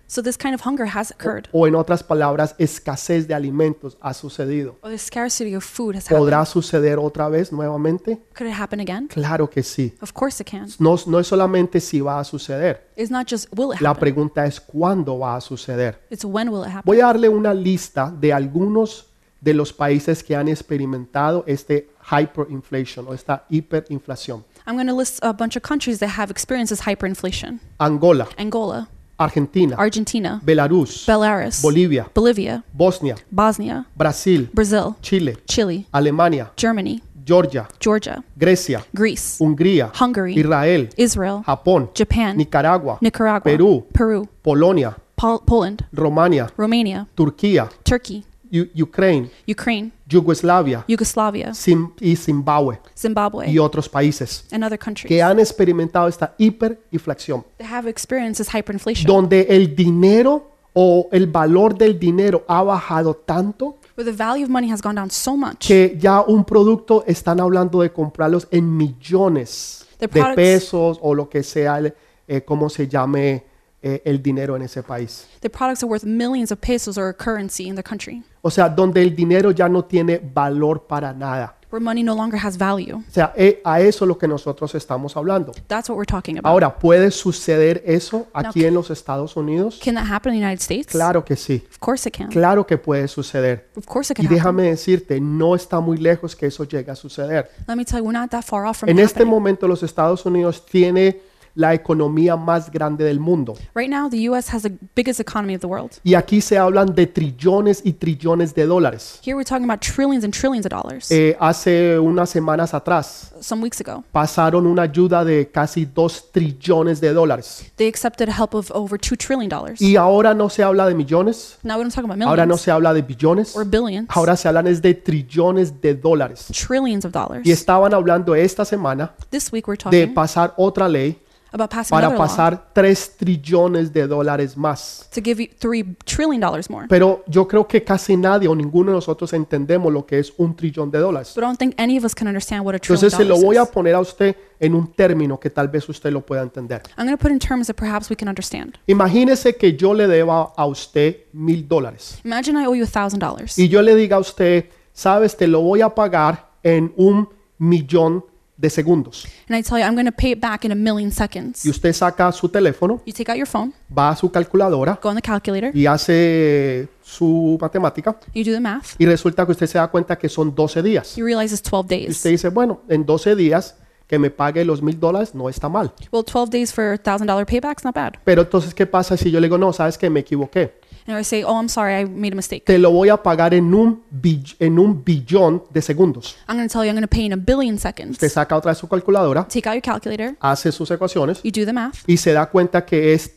[SPEAKER 2] So this kind of hunger has occurred.
[SPEAKER 1] O en otras palabras, escasez de alimentos ha sucedido.
[SPEAKER 2] Or the scarcity of food has happened.
[SPEAKER 1] ¿Podrá suceder otra vez nuevamente?
[SPEAKER 2] Could it happen again?
[SPEAKER 1] Claro que sí.
[SPEAKER 2] Of course it can.
[SPEAKER 1] No, no es solamente si va a suceder.
[SPEAKER 2] It's not just will it
[SPEAKER 1] La
[SPEAKER 2] happen,
[SPEAKER 1] pregunta es cuándo va a suceder.
[SPEAKER 2] it's when will it happen.
[SPEAKER 1] Voy a darle una lista de algunos de los países que han experimentado este hyperinflation o esta hiperinflación.
[SPEAKER 2] I'm going to list a bunch of countries that have experienced this hyperinflation
[SPEAKER 1] Angola,
[SPEAKER 2] Angola,
[SPEAKER 1] Argentina,
[SPEAKER 2] Argentina,
[SPEAKER 1] Belarus,
[SPEAKER 2] Belarus,
[SPEAKER 1] Bolivia,
[SPEAKER 2] Bolivia,
[SPEAKER 1] Bosnia,
[SPEAKER 2] Bosnia,
[SPEAKER 1] Brasil,
[SPEAKER 2] Brazil,
[SPEAKER 1] Chile,
[SPEAKER 2] Chile,
[SPEAKER 1] Alemania,
[SPEAKER 2] Germany,
[SPEAKER 1] Georgia,
[SPEAKER 2] Georgia,
[SPEAKER 1] Grecia,
[SPEAKER 2] Greece,
[SPEAKER 1] Hungría,
[SPEAKER 2] Hungary,
[SPEAKER 1] Israel,
[SPEAKER 2] Israel,
[SPEAKER 1] Japón,
[SPEAKER 2] Japan,
[SPEAKER 1] Nicaragua,
[SPEAKER 2] Nicaragua,
[SPEAKER 1] Perú,
[SPEAKER 2] Peru,
[SPEAKER 1] Polonia,
[SPEAKER 2] Pol- Poland,
[SPEAKER 1] Romania,
[SPEAKER 2] Romania,
[SPEAKER 1] Turquía,
[SPEAKER 2] Turkey,
[SPEAKER 1] U- Ukraine,
[SPEAKER 2] Ukraine,
[SPEAKER 1] Yugoslavia
[SPEAKER 2] Yugoslavia,
[SPEAKER 1] Zim- y Zimbabue y
[SPEAKER 2] Zimbabwe,
[SPEAKER 1] otros países
[SPEAKER 2] and other countries
[SPEAKER 1] que han experimentado esta hiperinflación,
[SPEAKER 2] that have experienced this hyperinflation,
[SPEAKER 1] donde el dinero o el valor del dinero ha bajado tanto
[SPEAKER 2] where the value of money has gone down so much.
[SPEAKER 1] que ya un producto están hablando de comprarlos en millones
[SPEAKER 2] The
[SPEAKER 1] de
[SPEAKER 2] products-
[SPEAKER 1] pesos o lo que sea, el, eh, cómo se llame eh, el dinero en ese país.
[SPEAKER 2] The products are worth millions of pesos or a currency in the country,
[SPEAKER 1] O sea, donde el dinero ya no tiene valor para nada.
[SPEAKER 2] where money no longer has value.
[SPEAKER 1] O sea, e- a eso es lo que nosotros estamos hablando.
[SPEAKER 2] That's what we're talking about.
[SPEAKER 1] Ahora, ¿puede suceder eso aquí en los Estados Unidos?
[SPEAKER 2] Can that happen in the United States?
[SPEAKER 1] Claro que sí.
[SPEAKER 2] Of course it can.
[SPEAKER 1] Claro que puede suceder.
[SPEAKER 2] Of course it can
[SPEAKER 1] Y
[SPEAKER 2] happen.
[SPEAKER 1] déjame decirte, no está muy lejos que eso llegue a suceder.
[SPEAKER 2] Let me tell you, we're not that far off from
[SPEAKER 1] En
[SPEAKER 2] it
[SPEAKER 1] este
[SPEAKER 2] happening.
[SPEAKER 1] momento los Estados Unidos tiene la economía más grande del mundo.
[SPEAKER 2] Right now, the U.S. has the biggest economy of the world.
[SPEAKER 1] Y aquí se hablan de trillones y trillones de dólares.
[SPEAKER 2] Here we're talking about trillions and trillions of dollars.
[SPEAKER 1] Eh, hace unas semanas atrás
[SPEAKER 2] Some weeks ago,
[SPEAKER 1] pasaron una ayuda de casi 2 trillones de dólares.
[SPEAKER 2] they accepted help of over $2 trillion.
[SPEAKER 1] Y ahora no se habla de millones,
[SPEAKER 2] Now we don't talk about
[SPEAKER 1] ahora no
[SPEAKER 2] millions
[SPEAKER 1] se habla de billones,
[SPEAKER 2] or billions,
[SPEAKER 1] ahora se hablan es de trillones de dólares.
[SPEAKER 2] trillions of dollars.
[SPEAKER 1] Y estaban hablando esta semana
[SPEAKER 2] This week, we're
[SPEAKER 1] de
[SPEAKER 2] talking
[SPEAKER 1] pasar otra ley
[SPEAKER 2] about passing
[SPEAKER 1] para
[SPEAKER 2] another law
[SPEAKER 1] pasar 3 trillones de dólares más.
[SPEAKER 2] to give you $3 trillion more.
[SPEAKER 1] Pero yo creo que casi nadie o ninguno de nosotros entendemos lo que es un trillón de dólares.
[SPEAKER 2] But I don't think any of us can understand what a trillion
[SPEAKER 1] Entonces se lo
[SPEAKER 2] dollars
[SPEAKER 1] voy a
[SPEAKER 2] is.
[SPEAKER 1] poner a usted en un término que tal vez usted lo pueda entender.
[SPEAKER 2] I'm going to put in terms that perhaps we can understand.
[SPEAKER 1] Imagínese que yo le deba a usted mil dólares
[SPEAKER 2] Imagine I owe you $1,000
[SPEAKER 1] y yo le diga a usted, sabes, te lo voy a pagar en un millón de segundos.
[SPEAKER 2] and I tell you I'm going to pay it back in a million
[SPEAKER 1] Y
[SPEAKER 2] seconds.
[SPEAKER 1] usted saca su teléfono,
[SPEAKER 2] You take out your phone,
[SPEAKER 1] va a su calculadora
[SPEAKER 2] go on the calculator,
[SPEAKER 1] y hace su matemática
[SPEAKER 2] you do the math,
[SPEAKER 1] y resulta que usted se da cuenta que son 12 días.
[SPEAKER 2] you realize it's 12
[SPEAKER 1] Y
[SPEAKER 2] days.
[SPEAKER 1] usted dice, bueno, en 12 días que me pague los mil dólares no está mal.
[SPEAKER 2] Well, 12 days for a $1,000 payback's not bad.
[SPEAKER 1] Pero entonces, ¿qué pasa si yo le digo, no, sabes que me equivoqué?
[SPEAKER 2] And I say, oh, I'm sorry, I made a mistake.
[SPEAKER 1] Te lo voy a pagar en un, bill- en un billón de segundos.
[SPEAKER 2] I'm going to tell you I'm going to pay in a billion
[SPEAKER 1] Usted
[SPEAKER 2] seconds.
[SPEAKER 1] saca otra vez su calculadora,
[SPEAKER 2] Take out your calculator,
[SPEAKER 1] hace sus ecuaciones
[SPEAKER 2] you do the math,
[SPEAKER 1] y se da cuenta que es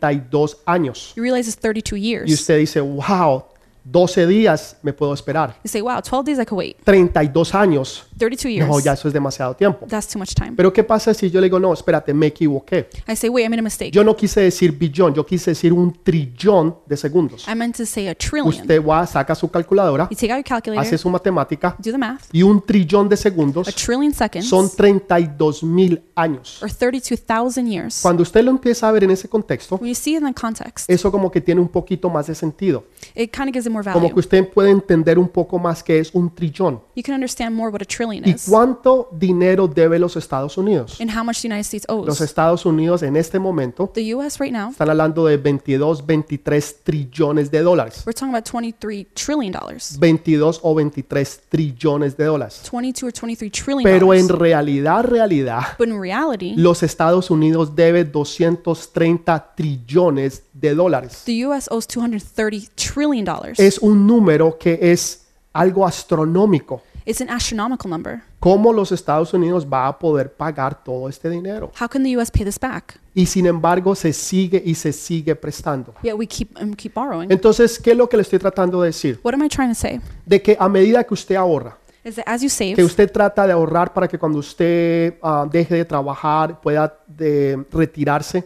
[SPEAKER 1] 32 años.
[SPEAKER 2] you realize it's 32
[SPEAKER 1] Y
[SPEAKER 2] years.
[SPEAKER 1] usted dice, wow, 12 días me puedo esperar.
[SPEAKER 2] You say, wow, 12 days I could wait.
[SPEAKER 1] 32 años.
[SPEAKER 2] 32
[SPEAKER 1] No,
[SPEAKER 2] years.
[SPEAKER 1] ya eso es demasiado tiempo.
[SPEAKER 2] That's too much time.
[SPEAKER 1] Pero ¿qué pasa si yo le digo, no, espérate, me equivoqué?
[SPEAKER 2] I say, wait, I made a mistake.
[SPEAKER 1] Yo no quise decir billón, yo quise decir un trillón de segundos.
[SPEAKER 2] I meant to say a trillion.
[SPEAKER 1] Usted va, saca su calculadora,
[SPEAKER 2] You take out your
[SPEAKER 1] hace
[SPEAKER 2] calculator,
[SPEAKER 1] su matemática
[SPEAKER 2] do the math,
[SPEAKER 1] y un trillón de
[SPEAKER 2] a
[SPEAKER 1] segundos
[SPEAKER 2] trillion seconds,
[SPEAKER 1] son 32 mil años.
[SPEAKER 2] or 32,000 years.
[SPEAKER 1] Cuando usted lo empieza a ver en ese contexto,
[SPEAKER 2] When you see it in the context,
[SPEAKER 1] eso como que tiene un poquito más de sentido.
[SPEAKER 2] it kind of gives it more
[SPEAKER 1] Como que
[SPEAKER 2] value.
[SPEAKER 1] usted puede entender un poco más que es un trillón.
[SPEAKER 2] You can understand more what a trillion
[SPEAKER 1] ¿Y
[SPEAKER 2] is
[SPEAKER 1] cuánto dinero debe los Estados Unidos?
[SPEAKER 2] and how much the United States
[SPEAKER 1] Los
[SPEAKER 2] owes.
[SPEAKER 1] Estados Unidos en este momento
[SPEAKER 2] The US right now,
[SPEAKER 1] están hablando de 22, 23 trillones de dólares.
[SPEAKER 2] we're talking about 23 trillion dollars.
[SPEAKER 1] 22 o 23 trillones de dólares.
[SPEAKER 2] 22 or 23 trillion
[SPEAKER 1] Pero en
[SPEAKER 2] dollars.
[SPEAKER 1] realidad, realidad,
[SPEAKER 2] But in reality,
[SPEAKER 1] los Estados Unidos debe 230 trillones de dólares.
[SPEAKER 2] the US owes 230 trillion dollars.
[SPEAKER 1] Es un número que es algo astronómico.
[SPEAKER 2] It's an astronomical number.
[SPEAKER 1] ¿Cómo los Estados Unidos va a poder pagar todo este dinero?
[SPEAKER 2] How can the US pay this back?
[SPEAKER 1] Y sin embargo, se sigue y se sigue prestando.
[SPEAKER 2] Yet we keep um, keep borrowing.
[SPEAKER 1] Entonces, ¿qué es lo que le estoy tratando de decir?
[SPEAKER 2] What am I trying to say?
[SPEAKER 1] De que a medida que usted ahorra,
[SPEAKER 2] Is that as you
[SPEAKER 1] que
[SPEAKER 2] save,
[SPEAKER 1] usted trata de ahorrar para que cuando usted ah, deje de trabajar pueda de, retirarse,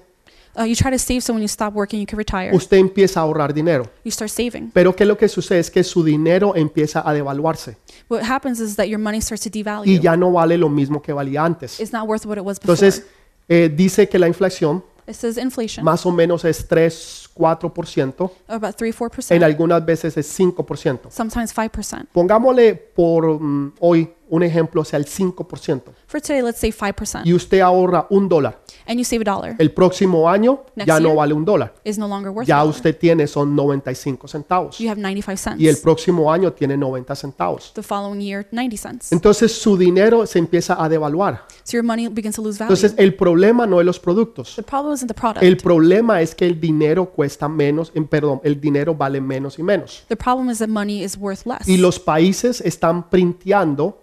[SPEAKER 2] uh, you try to save so when you stop working, you can retire.
[SPEAKER 1] usted empieza a ahorrar dinero.
[SPEAKER 2] You start saving.
[SPEAKER 1] Pero ¿qué es lo que sucede? Es que su dinero empieza a devaluarse
[SPEAKER 2] What happens is that your money starts to
[SPEAKER 1] y
[SPEAKER 2] devalue.
[SPEAKER 1] ya no vale lo mismo que valía antes.
[SPEAKER 2] It's not worth what it was before.
[SPEAKER 1] Entonces, eh, dice que la inflación
[SPEAKER 2] It says inflation,
[SPEAKER 1] más o menos es 3, 4%,
[SPEAKER 2] about 3
[SPEAKER 1] en
[SPEAKER 2] 4%,
[SPEAKER 1] algunas veces es 5%.
[SPEAKER 2] sometimes 5%.
[SPEAKER 1] Pongámosle por mm, hoy un ejemplo, sea el 5%,
[SPEAKER 2] For today, let's say 5%,
[SPEAKER 1] y usted ahorra un dólar.
[SPEAKER 2] and you save a dollar.
[SPEAKER 1] El próximo año
[SPEAKER 2] Next
[SPEAKER 1] ya no
[SPEAKER 2] year.
[SPEAKER 1] vale un dólar.
[SPEAKER 2] It's no longer worth
[SPEAKER 1] Ya
[SPEAKER 2] it.
[SPEAKER 1] usted tiene son 95 centavos
[SPEAKER 2] You have 95
[SPEAKER 1] y el
[SPEAKER 2] cents.
[SPEAKER 1] próximo año tiene 90 centavos.
[SPEAKER 2] The following year, 90 cents.
[SPEAKER 1] Entonces su dinero se empieza a devaluar.
[SPEAKER 2] So your money begins to lose value.
[SPEAKER 1] Entonces el problema no es los productos.
[SPEAKER 2] The problem isn't the product.
[SPEAKER 1] El problema es que el dinero cuesta menos, en- perdón, el dinero vale menos y menos.
[SPEAKER 2] The problem is that money is worth less.
[SPEAKER 1] Y los países están printeando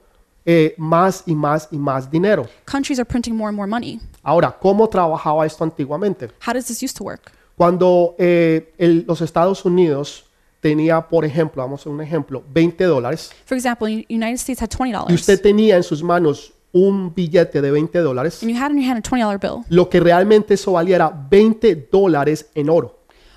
[SPEAKER 1] eh, más y más y más dinero.
[SPEAKER 2] Countries are printing more and more money.
[SPEAKER 1] Ahora, ¿cómo trabajaba esto antiguamente?
[SPEAKER 2] How does this used to work?
[SPEAKER 1] Cuando eh, el- los Estados Unidos tenía, por ejemplo, vamos a hacer un ejemplo, 20 dólares
[SPEAKER 2] For example, the United States had $20.
[SPEAKER 1] y usted tenía en sus manos un billete de 20 dólares,
[SPEAKER 2] and you had in your hand a $20 bill.
[SPEAKER 1] lo que realmente eso valiera 20 dólares en oro,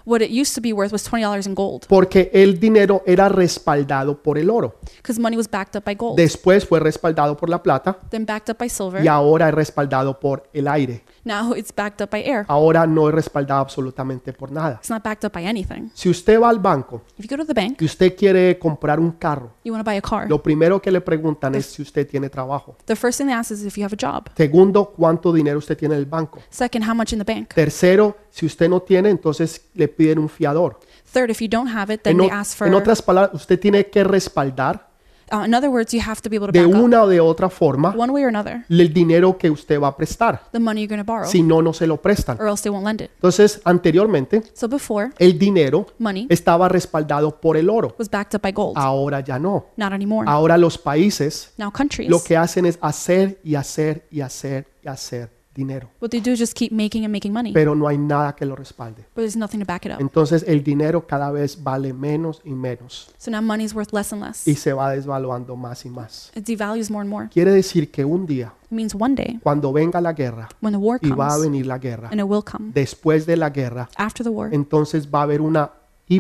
[SPEAKER 2] What it used to be worth was $20 in gold
[SPEAKER 1] porque el dinero era respaldado por el oro,
[SPEAKER 2] because money was backed up by gold,
[SPEAKER 1] después fue respaldado por la plata
[SPEAKER 2] then backed up by silver.
[SPEAKER 1] y ahora es respaldado por el aire,
[SPEAKER 2] Now it's backed up by air.
[SPEAKER 1] ahora no es respaldado absolutamente por nada.
[SPEAKER 2] It's not backed up by anything.
[SPEAKER 1] Si usted va al banco
[SPEAKER 2] If you go to the bank,
[SPEAKER 1] y usted quiere comprar un carro,
[SPEAKER 2] you want to buy a car.
[SPEAKER 1] lo primero que le preguntan es si usted tiene trabajo.
[SPEAKER 2] The first thing they ask is if you have a job.
[SPEAKER 1] Segundo, cuánto dinero usted tiene en el banco.
[SPEAKER 2] Second, how much in the bank.
[SPEAKER 1] Tercero, si usted no tiene, entonces le piden un fiador.
[SPEAKER 2] Third, if you don't have it, then
[SPEAKER 1] En, o-
[SPEAKER 2] they ask for.
[SPEAKER 1] en otras palabras, usted tiene que respaldar
[SPEAKER 2] uh, in other words, you have to be able to
[SPEAKER 1] de
[SPEAKER 2] back up
[SPEAKER 1] una o de otra forma
[SPEAKER 2] one way or another
[SPEAKER 1] el dinero que usted va a prestar.
[SPEAKER 2] the money you're going to borrow,
[SPEAKER 1] Si no, no se lo prestan.
[SPEAKER 2] or else they won't lend it.
[SPEAKER 1] Entonces, anteriormente,
[SPEAKER 2] So before,
[SPEAKER 1] el dinero
[SPEAKER 2] money
[SPEAKER 1] estaba respaldado por el oro.
[SPEAKER 2] was backed up by gold.
[SPEAKER 1] Ahora ya no.
[SPEAKER 2] Not anymore.
[SPEAKER 1] Ahora los países
[SPEAKER 2] Now countries,
[SPEAKER 1] Ah. lo que hacen es hacer y hacer y hacer y hacer dinero.
[SPEAKER 2] what they do is just keep making and making money, but
[SPEAKER 1] Pero no hay nada que lo respalde.
[SPEAKER 2] there's nothing to back it up.
[SPEAKER 1] Entonces el dinero cada vez vale menos y menos
[SPEAKER 2] So now money's worth less and less.
[SPEAKER 1] y se va desvaluando más y más.
[SPEAKER 2] It devalues more and more.
[SPEAKER 1] Quiere decir que un día,
[SPEAKER 2] It means one day
[SPEAKER 1] cuando venga la guerra,
[SPEAKER 2] when the war
[SPEAKER 1] y va a
[SPEAKER 2] comes,
[SPEAKER 1] venir la guerra,
[SPEAKER 2] and it will come
[SPEAKER 1] después de la guerra,
[SPEAKER 2] after the war,
[SPEAKER 1] entonces va a haber una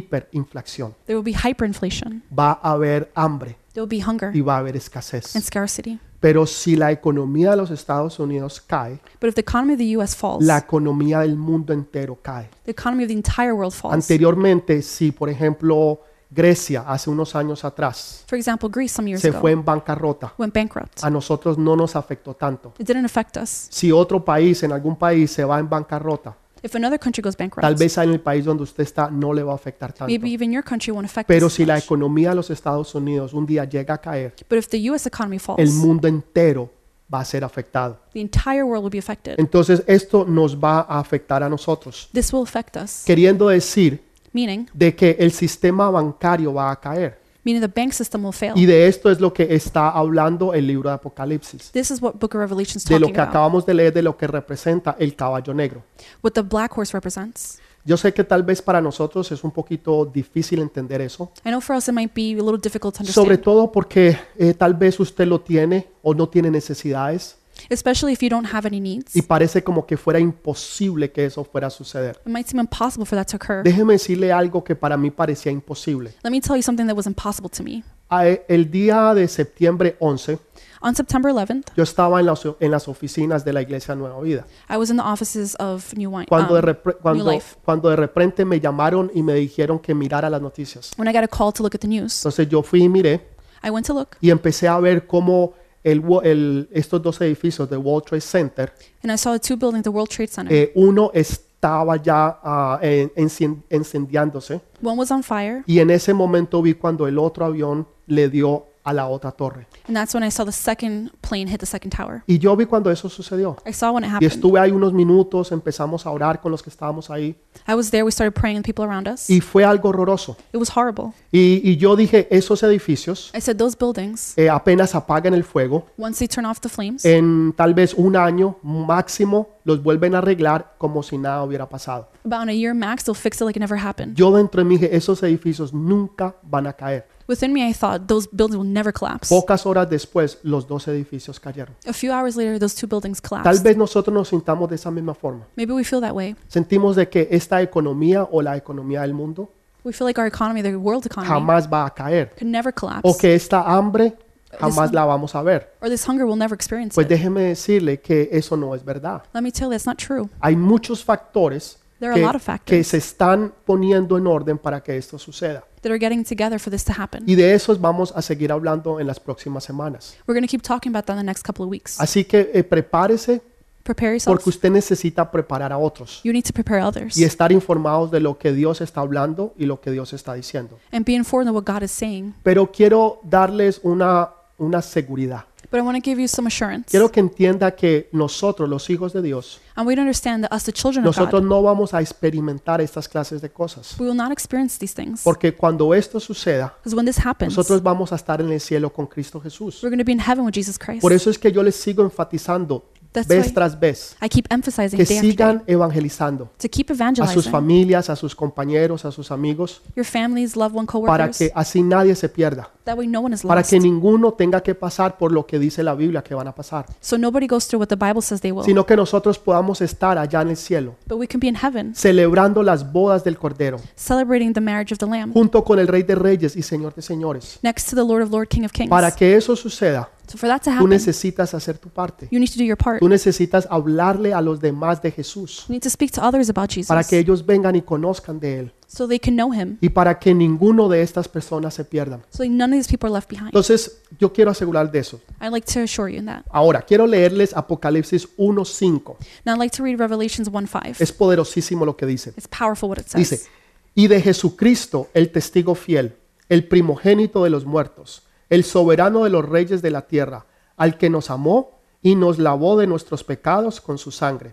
[SPEAKER 1] hiperinflación,
[SPEAKER 2] there will be hyperinflation,
[SPEAKER 1] va a haber hambre
[SPEAKER 2] there will be hunger
[SPEAKER 1] y va a haber
[SPEAKER 2] and
[SPEAKER 1] escasez.
[SPEAKER 2] scarcity.
[SPEAKER 1] Pero si la economía de los Estados Unidos cae,
[SPEAKER 2] But if the economy of the U.S. falls,
[SPEAKER 1] la economía del mundo entero cae.
[SPEAKER 2] the economy of the entire world falls.
[SPEAKER 1] Anteriormente, si por ejemplo Grecia hace unos años atrás
[SPEAKER 2] For example, Greece some years
[SPEAKER 1] se fue
[SPEAKER 2] ago
[SPEAKER 1] en bancarrota,
[SPEAKER 2] went bankrupt.
[SPEAKER 1] a nosotros no nos afectó tanto.
[SPEAKER 2] It didn't affect us.
[SPEAKER 1] Si otro país, en algún país, se va en bancarrota,
[SPEAKER 2] If another country goes
[SPEAKER 1] tal
[SPEAKER 2] bankrupt,
[SPEAKER 1] vez en el país donde usted está no le va a afectar tanto.
[SPEAKER 2] maybe even your country won't affect
[SPEAKER 1] Pero
[SPEAKER 2] us.
[SPEAKER 1] si la
[SPEAKER 2] much.
[SPEAKER 1] economía de los Estados Unidos un día llega a caer,
[SPEAKER 2] But if the U.S. economy
[SPEAKER 1] el
[SPEAKER 2] falls,
[SPEAKER 1] mundo entero va a ser afectado.
[SPEAKER 2] the entire world will be affected.
[SPEAKER 1] Entonces esto nos va a afectar a nosotros,
[SPEAKER 2] This will affect us.
[SPEAKER 1] queriendo decir
[SPEAKER 2] Meaning,
[SPEAKER 1] de que el sistema bancario va a caer.
[SPEAKER 2] meaning the bank system will fail.
[SPEAKER 1] Y de esto es lo que está hablando el libro de Apocalipsis,
[SPEAKER 2] This is what Book of Revelation is
[SPEAKER 1] de lo
[SPEAKER 2] talking
[SPEAKER 1] que
[SPEAKER 2] about.
[SPEAKER 1] acabamos de leer, de lo que representa el caballo negro.
[SPEAKER 2] What the black horse represents.
[SPEAKER 1] Yo sé que tal vez para nosotros es un poquito difícil entender eso,
[SPEAKER 2] I know for us it might be a little difficult to
[SPEAKER 1] sobre
[SPEAKER 2] understand,
[SPEAKER 1] todo porque eh, tal vez usted lo tiene o no tiene necesidades
[SPEAKER 2] especially if you don't have any needs.
[SPEAKER 1] y parece como que fuera imposible que eso fuera a suceder.
[SPEAKER 2] It might seem impossible for that to occur.
[SPEAKER 1] Déjeme decirle algo que para mí parecía imposible.
[SPEAKER 2] Let me tell you something that was impossible to me.
[SPEAKER 1] A- eh, El día de septiembre 11,
[SPEAKER 2] On September 11th,
[SPEAKER 1] yo estaba en las, en las oficinas de la Iglesia Nueva Vida.
[SPEAKER 2] I was in the offices of New Wine.
[SPEAKER 1] Cuando de,
[SPEAKER 2] um,
[SPEAKER 1] repre- cuando,
[SPEAKER 2] life.
[SPEAKER 1] cuando de repente me llamaron y me dijeron que mirara las noticias.
[SPEAKER 2] when I got a call to look at the news,
[SPEAKER 1] Entonces yo fui y miré
[SPEAKER 2] I went to look
[SPEAKER 1] y empecé a ver cómo el, wo- el- estos dos edificios de World Trade Center,
[SPEAKER 2] and I saw the two buildings, the World Trade Center.
[SPEAKER 1] eh, uno estaba ya ah, en- encien- encendiándose
[SPEAKER 2] One was on fire,
[SPEAKER 1] y en ese momento vi cuando el otro avión le dio a la otra torre.
[SPEAKER 2] and that's when I saw the second plane hit the second tower.
[SPEAKER 1] Y yo vi cuando eso sucedió.
[SPEAKER 2] I saw when it
[SPEAKER 1] Y
[SPEAKER 2] happened.
[SPEAKER 1] estuve ahí unos minutos, empezamos a orar con los que estábamos ahí
[SPEAKER 2] I was there. We started praying, and people around us.
[SPEAKER 1] y fue algo horroroso.
[SPEAKER 2] It was horrible.
[SPEAKER 1] Y, y yo dije, esos edificios
[SPEAKER 2] I said, those buildings,
[SPEAKER 1] eh, apenas apagan el fuego,
[SPEAKER 2] once they turn off the flames,
[SPEAKER 1] en tal vez un año máximo los vuelven a arreglar como si nada hubiera pasado.
[SPEAKER 2] about in a year max, they'll fix it like it never happened.
[SPEAKER 1] Yo dentro de mí dije, esos edificios nunca van a caer.
[SPEAKER 2] Within me, I thought those buildings will never collapse.
[SPEAKER 1] Pocas horas después, los dos edificios cayeron.
[SPEAKER 2] A few hours later, those two buildings
[SPEAKER 1] Tal
[SPEAKER 2] collapsed.
[SPEAKER 1] vez nosotros nos sintamos de esa misma forma.
[SPEAKER 2] Maybe we feel that way.
[SPEAKER 1] Sentimos de que esta economía o la economía del mundo
[SPEAKER 2] We feel like our economy, the world economy,
[SPEAKER 1] jamás va a caer.
[SPEAKER 2] could never collapse,
[SPEAKER 1] O que esta hambre jamás la vamos a ver.
[SPEAKER 2] or this hunger will never experience
[SPEAKER 1] Pues
[SPEAKER 2] it.
[SPEAKER 1] déjeme decirle que eso no es verdad.
[SPEAKER 2] Let me tell you, that's not true.
[SPEAKER 1] Hay muchos factores
[SPEAKER 2] There are a lot of
[SPEAKER 1] que, que
[SPEAKER 2] factors
[SPEAKER 1] se están poniendo en orden para que esto suceda.
[SPEAKER 2] that are getting together for this to happen.
[SPEAKER 1] Y de esos vamos a seguir hablando en las próximas semanas.
[SPEAKER 2] We're going to keep talking about that in the next couple of weeks.
[SPEAKER 1] Así que eh, prepárese
[SPEAKER 2] Prepare yourself.
[SPEAKER 1] porque usted necesita preparar a otros
[SPEAKER 2] You need to prepare others
[SPEAKER 1] y estar informados de lo que Dios está hablando y lo que Dios está diciendo.
[SPEAKER 2] and be informed of what God is saying.
[SPEAKER 1] Pero quiero darles una, una seguridad.
[SPEAKER 2] But I want to give you some assurance.
[SPEAKER 1] Quiero que entienda que nosotros, los hijos de Dios,
[SPEAKER 2] And we understand that us, the children of
[SPEAKER 1] nosotros
[SPEAKER 2] Oh God,
[SPEAKER 1] no vamos a experimentar estas clases de cosas.
[SPEAKER 2] we will not experience these things.
[SPEAKER 1] Porque cuando esto suceda,
[SPEAKER 2] Because when this happens,
[SPEAKER 1] nosotros vamos a estar en el cielo con Cristo Jesús.
[SPEAKER 2] we're going to be in heaven with Jesus Christ.
[SPEAKER 1] Por eso es que yo les sigo enfatizando
[SPEAKER 2] That's
[SPEAKER 1] vez
[SPEAKER 2] why-
[SPEAKER 1] tras vez
[SPEAKER 2] I keep emphasizing
[SPEAKER 1] que
[SPEAKER 2] day after day
[SPEAKER 1] sigan evangelizando
[SPEAKER 2] to keep
[SPEAKER 1] a sus
[SPEAKER 2] evangelizing
[SPEAKER 1] familias, a sus compañeros, a sus amigos,
[SPEAKER 2] your families, loved one,
[SPEAKER 1] para
[SPEAKER 2] coworkers,
[SPEAKER 1] que así nadie se pierda,
[SPEAKER 2] that way no one is
[SPEAKER 1] para
[SPEAKER 2] lost.
[SPEAKER 1] que ninguno tenga que pasar por lo que dice la Biblia que van a pasar,
[SPEAKER 2] So nobody goes through what the Bible says they will.
[SPEAKER 1] sino que nosotros podamos estar allá en el cielo,
[SPEAKER 2] But we can be in heaven,
[SPEAKER 1] celebrando las bodas del Cordero,
[SPEAKER 2] celebrating the marriage of the Lamb,
[SPEAKER 1] junto con el Rey de Reyes y Señor de Señores.
[SPEAKER 2] next to the Lord of Lord, King of Kings.
[SPEAKER 1] Para que eso suceda,
[SPEAKER 2] so for that to
[SPEAKER 1] tú
[SPEAKER 2] happen,
[SPEAKER 1] necesitas hacer tu parte,
[SPEAKER 2] you need to do your part.
[SPEAKER 1] tú necesitas hablarle a los demás de Jesús,
[SPEAKER 2] You need to speak to others about Jesus
[SPEAKER 1] para que ellos vengan y conozcan de Él,
[SPEAKER 2] so they can know him,
[SPEAKER 1] y para que ninguno de estas personas se pierdan.
[SPEAKER 2] so none of these people are left behind.
[SPEAKER 1] Entonces, yo quiero asegurar de eso.
[SPEAKER 2] I'd like to assure you in that.
[SPEAKER 1] Ahora, quiero leerles Apocalipsis 1.5.
[SPEAKER 2] Now I'd like to read Revelations 1 5.
[SPEAKER 1] Es poderosísimo lo que dice.
[SPEAKER 2] It's powerful what it says.
[SPEAKER 1] Dice, y de Jesucristo, el testigo fiel, el primogénito de los muertos, el soberano de los reyes de la tierra, al que nos amó y nos lavó de nuestros pecados con su sangre.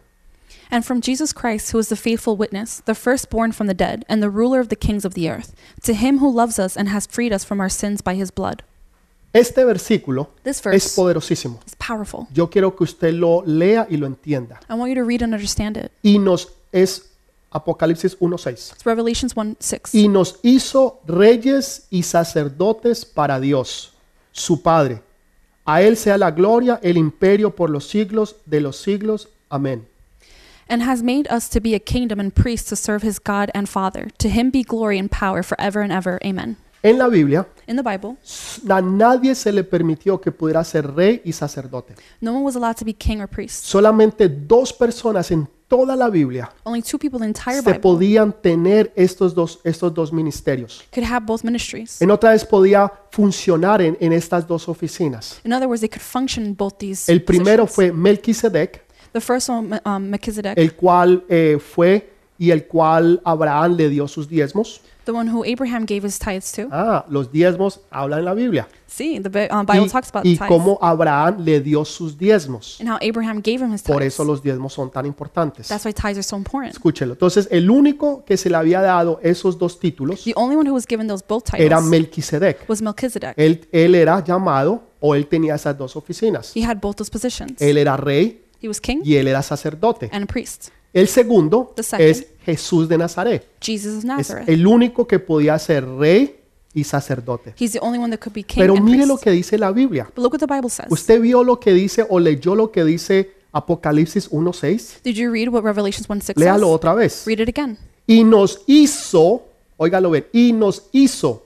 [SPEAKER 2] And from Jesus Christ, who is the faithful witness, the firstborn from the dead, and the ruler of the kings of the earth, to him who loves us and has freed us from our sins by his blood.
[SPEAKER 1] Este versículo
[SPEAKER 2] This
[SPEAKER 1] es
[SPEAKER 2] verse
[SPEAKER 1] poderosísimo.
[SPEAKER 2] is powerful.
[SPEAKER 1] Yo quiero que usted lo lea y lo entienda.
[SPEAKER 2] I want you to read and understand it.
[SPEAKER 1] Y nos es Apocalipsis 1.6.
[SPEAKER 2] It's Revelations 1 6.
[SPEAKER 1] y nos hizo reyes y sacerdotes para Dios, su Padre. A Él sea la gloria, el imperio por los siglos de los siglos. Amén.
[SPEAKER 2] and has made us to be a kingdom and priests to serve his God and Father. To him be glory and power forever and ever. Amen.
[SPEAKER 1] En la Biblia,
[SPEAKER 2] In the Bible,
[SPEAKER 1] a nadie se le permitió que pudiera ser rey y sacerdote.
[SPEAKER 2] no one was allowed to be king or priest.
[SPEAKER 1] Solamente dos personas en toda la Biblia
[SPEAKER 2] Only two people in the
[SPEAKER 1] se
[SPEAKER 2] entire Bible
[SPEAKER 1] podían tener estos dos, estos dos ministerios.
[SPEAKER 2] could have both ministries.
[SPEAKER 1] En otra vez podía funcionar en, en estas dos oficinas.
[SPEAKER 2] In other words, they could function in both these.
[SPEAKER 1] El primero
[SPEAKER 2] positions.
[SPEAKER 1] fue Melquisedec,
[SPEAKER 2] the first one, um, Melchizedek,
[SPEAKER 1] el cual eh, fue y el cual Abraham le dio sus diezmos.
[SPEAKER 2] the one who Abraham gave his tithes to.
[SPEAKER 1] Ah, los diezmos hablan en la Biblia.
[SPEAKER 2] See, the Bi- um, Bible talks about
[SPEAKER 1] Y, y
[SPEAKER 2] tithes
[SPEAKER 1] cómo Abraham le dio sus diezmos.
[SPEAKER 2] and how Abraham gave him his
[SPEAKER 1] Por
[SPEAKER 2] tithes.
[SPEAKER 1] eso los diezmos son tan importantes.
[SPEAKER 2] That's why tithes are so important.
[SPEAKER 1] Escúchelo. Entonces, el único que se le había dado esos dos títulos
[SPEAKER 2] The only one who was given those both
[SPEAKER 1] era
[SPEAKER 2] titles
[SPEAKER 1] Melquisedec.
[SPEAKER 2] was Melchizedek.
[SPEAKER 1] Él, él era llamado o él tenía esas dos oficinas.
[SPEAKER 2] He had both those positions.
[SPEAKER 1] Él era rey
[SPEAKER 2] He was king
[SPEAKER 1] y él era sacerdote.
[SPEAKER 2] and a priest.
[SPEAKER 1] El segundo
[SPEAKER 2] The second.
[SPEAKER 1] es Jesús de Nazaret.
[SPEAKER 2] Jesus of
[SPEAKER 1] Es
[SPEAKER 2] Nazareth.
[SPEAKER 1] el único que podía ser rey y sacerdote.
[SPEAKER 2] He's the only one that could be king
[SPEAKER 1] Pero
[SPEAKER 2] and
[SPEAKER 1] mire
[SPEAKER 2] priest.
[SPEAKER 1] lo que dice la Biblia.
[SPEAKER 2] But look what the Bible says.
[SPEAKER 1] ¿Usted vio lo que dice o leyó lo que dice Apocalipsis 1.6?
[SPEAKER 2] Did you read what Revelations 1 6
[SPEAKER 1] Léalo
[SPEAKER 2] says?
[SPEAKER 1] otra vez.
[SPEAKER 2] Read it again.
[SPEAKER 1] Y nos hizo, óigalo ver, y nos hizo.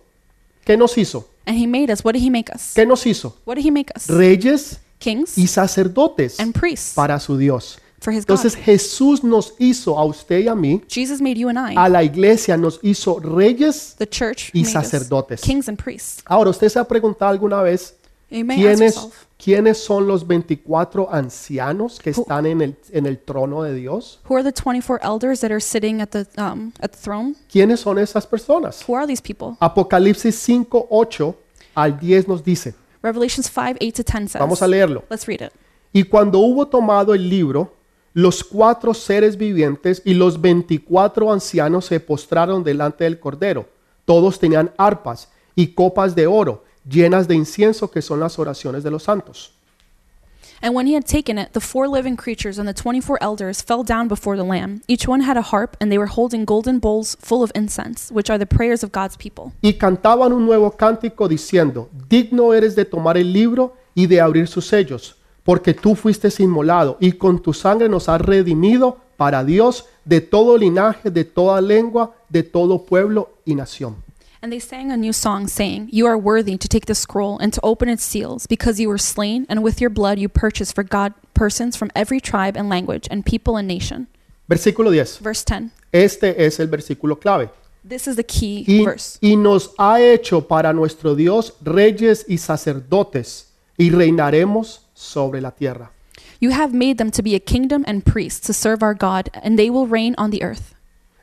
[SPEAKER 1] ¿Qué nos hizo?
[SPEAKER 2] And he made us. What did he make us?
[SPEAKER 1] ¿Qué nos hizo?
[SPEAKER 2] What did he make us?
[SPEAKER 1] Reyes
[SPEAKER 2] Kings
[SPEAKER 1] y sacerdotes
[SPEAKER 2] and priests
[SPEAKER 1] para su Dios.
[SPEAKER 2] for his God.
[SPEAKER 1] Entonces Jesús nos hizo a usted y a mí,
[SPEAKER 2] Jesus made you and I.
[SPEAKER 1] a la iglesia nos hizo reyes.
[SPEAKER 2] The church
[SPEAKER 1] y
[SPEAKER 2] made us
[SPEAKER 1] sacerdotes.
[SPEAKER 2] kings and priests.
[SPEAKER 1] Ahora, usted se ha preguntado alguna vez
[SPEAKER 2] You may ask
[SPEAKER 1] quiénes,
[SPEAKER 2] yourself,
[SPEAKER 1] quiénes son los 24 ancianos que están en el, en el trono de Dios.
[SPEAKER 2] who are the 24 elders that are sitting at the um, at the throne?
[SPEAKER 1] ¿Quiénes son esas personas?
[SPEAKER 2] Who are these people?
[SPEAKER 1] Apocalipsis 5, 8 al 10 nos dice,
[SPEAKER 2] Revelations 5 8 to 10 says.
[SPEAKER 1] vamos a leerlo.
[SPEAKER 2] Let's read it.
[SPEAKER 1] Y cuando hubo tomado el libro, los cuatro seres vivientes y los veinticuatro ancianos se postraron delante del Cordero. Todos tenían arpas y copas de oro llenas de incienso que son las oraciones de los santos.
[SPEAKER 2] And when he had taken it, the four living creatures and the 24 elders fell down before the Lamb. Each one had a harp, and they were holding golden bowls full of incense, which are the prayers of God's people.
[SPEAKER 1] Y cantaban un nuevo cántico diciendo, digno eres de tomar el libro y de abrir sus sellos, porque tú fuiste inmolado y con tu sangre nos has redimido para Dios de todo linaje, de toda lengua, de todo pueblo y nación.
[SPEAKER 2] And they sang a new song, saying, You are worthy to take the scroll and to open its seals, because you were slain, and with your blood you purchased for God persons from every tribe and language and people and nation.
[SPEAKER 1] Versículo 10.
[SPEAKER 2] Verse 10.
[SPEAKER 1] Este es el versículo clave.
[SPEAKER 2] This is the key
[SPEAKER 1] Y,
[SPEAKER 2] verse.
[SPEAKER 1] y nos ha hecho para nuestro Dios reyes y sacerdotes, y reinaremos sobre la tierra.
[SPEAKER 2] You have made them to be a kingdom and priests to serve our God, and they will reign on the earth.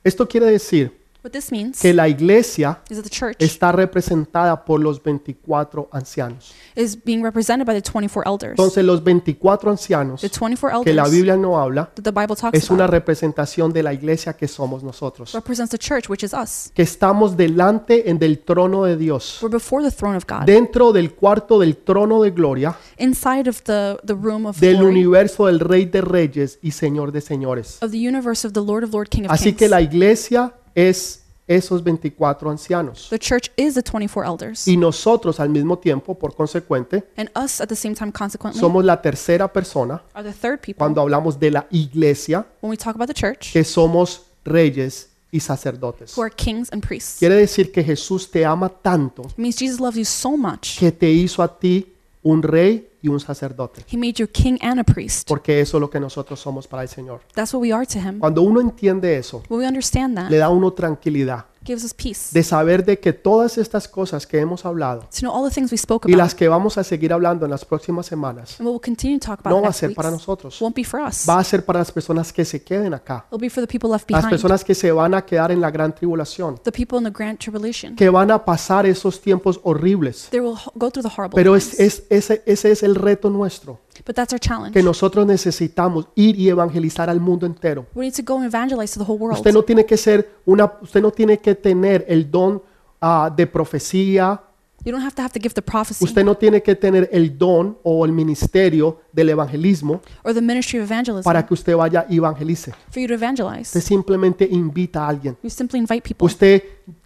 [SPEAKER 1] Esto quiere decir
[SPEAKER 2] What this means
[SPEAKER 1] que la iglesia
[SPEAKER 2] is that the church
[SPEAKER 1] está representada por los 24 ancianos.
[SPEAKER 2] is being represented by the 24 elders.
[SPEAKER 1] Entonces los 24 ancianos
[SPEAKER 2] The 24 elders
[SPEAKER 1] que la Biblia no habla
[SPEAKER 2] that the Bible talks
[SPEAKER 1] es una
[SPEAKER 2] about
[SPEAKER 1] representación de la iglesia que somos nosotros,
[SPEAKER 2] represents the church, which is us.
[SPEAKER 1] que estamos delante en del trono de Dios,
[SPEAKER 2] We're before the throne of God,
[SPEAKER 1] dentro del cuarto del trono de gloria
[SPEAKER 2] inside of the, the room of
[SPEAKER 1] del
[SPEAKER 2] glory,
[SPEAKER 1] universo del Rey de Reyes y Señor de Señores.
[SPEAKER 2] of the universe of the Lord of Lord, King of
[SPEAKER 1] Así
[SPEAKER 2] Kings.
[SPEAKER 1] que la iglesia es esos 24 ancianos.
[SPEAKER 2] the church is the 24 elders.
[SPEAKER 1] Y nosotros al mismo tiempo, por consecuente,
[SPEAKER 2] and us at the same time, consequently,
[SPEAKER 1] somos la tercera persona
[SPEAKER 2] are the third people
[SPEAKER 1] cuando hablamos de la iglesia,
[SPEAKER 2] when we talk about the church
[SPEAKER 1] que somos reyes y sacerdotes.
[SPEAKER 2] who are kings and priests.
[SPEAKER 1] Quiere decir que Jesús te ama tanto
[SPEAKER 2] It means Jesus loves you so much,
[SPEAKER 1] que te hizo a ti un rey y un sacerdote,
[SPEAKER 2] he made you a king and a priest.
[SPEAKER 1] porque eso es lo que nosotros somos para el Señor.
[SPEAKER 2] That's what we are to him.
[SPEAKER 1] Cuando uno entiende eso,
[SPEAKER 2] When we understand that,
[SPEAKER 1] le da a uno tranquilidad.
[SPEAKER 2] gives us peace
[SPEAKER 1] de saber de que todas estas cosas que hemos hablado
[SPEAKER 2] to know all the things we spoke
[SPEAKER 1] y
[SPEAKER 2] about
[SPEAKER 1] las que vamos a seguir hablando en las próximas semanas
[SPEAKER 2] and what we'll continue to talk about
[SPEAKER 1] no
[SPEAKER 2] in
[SPEAKER 1] va a
[SPEAKER 2] next
[SPEAKER 1] ser
[SPEAKER 2] weeks
[SPEAKER 1] para nosotros,
[SPEAKER 2] won't be for us.
[SPEAKER 1] va a ser para las personas que se queden acá,
[SPEAKER 2] It'll be for the people left
[SPEAKER 1] las
[SPEAKER 2] behind,
[SPEAKER 1] personas que se van a quedar en la gran tribulación,
[SPEAKER 2] the people in the grand tribulation.
[SPEAKER 1] que van a pasar esos tiempos horribles.
[SPEAKER 2] They will ho- go through the horrible
[SPEAKER 1] Pero es,
[SPEAKER 2] times.
[SPEAKER 1] es- ese, ese es el reto nuestro,
[SPEAKER 2] but that's our challenge.
[SPEAKER 1] que nosotros necesitamos ir y evangelizar al mundo entero.
[SPEAKER 2] we need to go and evangelize to the whole world.
[SPEAKER 1] Usted no tiene que ser una, usted no tiene que tener el don ah, de profecía,
[SPEAKER 2] you don't have to have to give the prophecy
[SPEAKER 1] Usted no tiene que tener el don o el ministerio del evangelismo
[SPEAKER 2] or the ministry of evangelism
[SPEAKER 1] para que usted vaya y evangelice.
[SPEAKER 2] for you to evangelize.
[SPEAKER 1] Usted simplemente invita a alguien.
[SPEAKER 2] you simply invite people.
[SPEAKER 1] Usted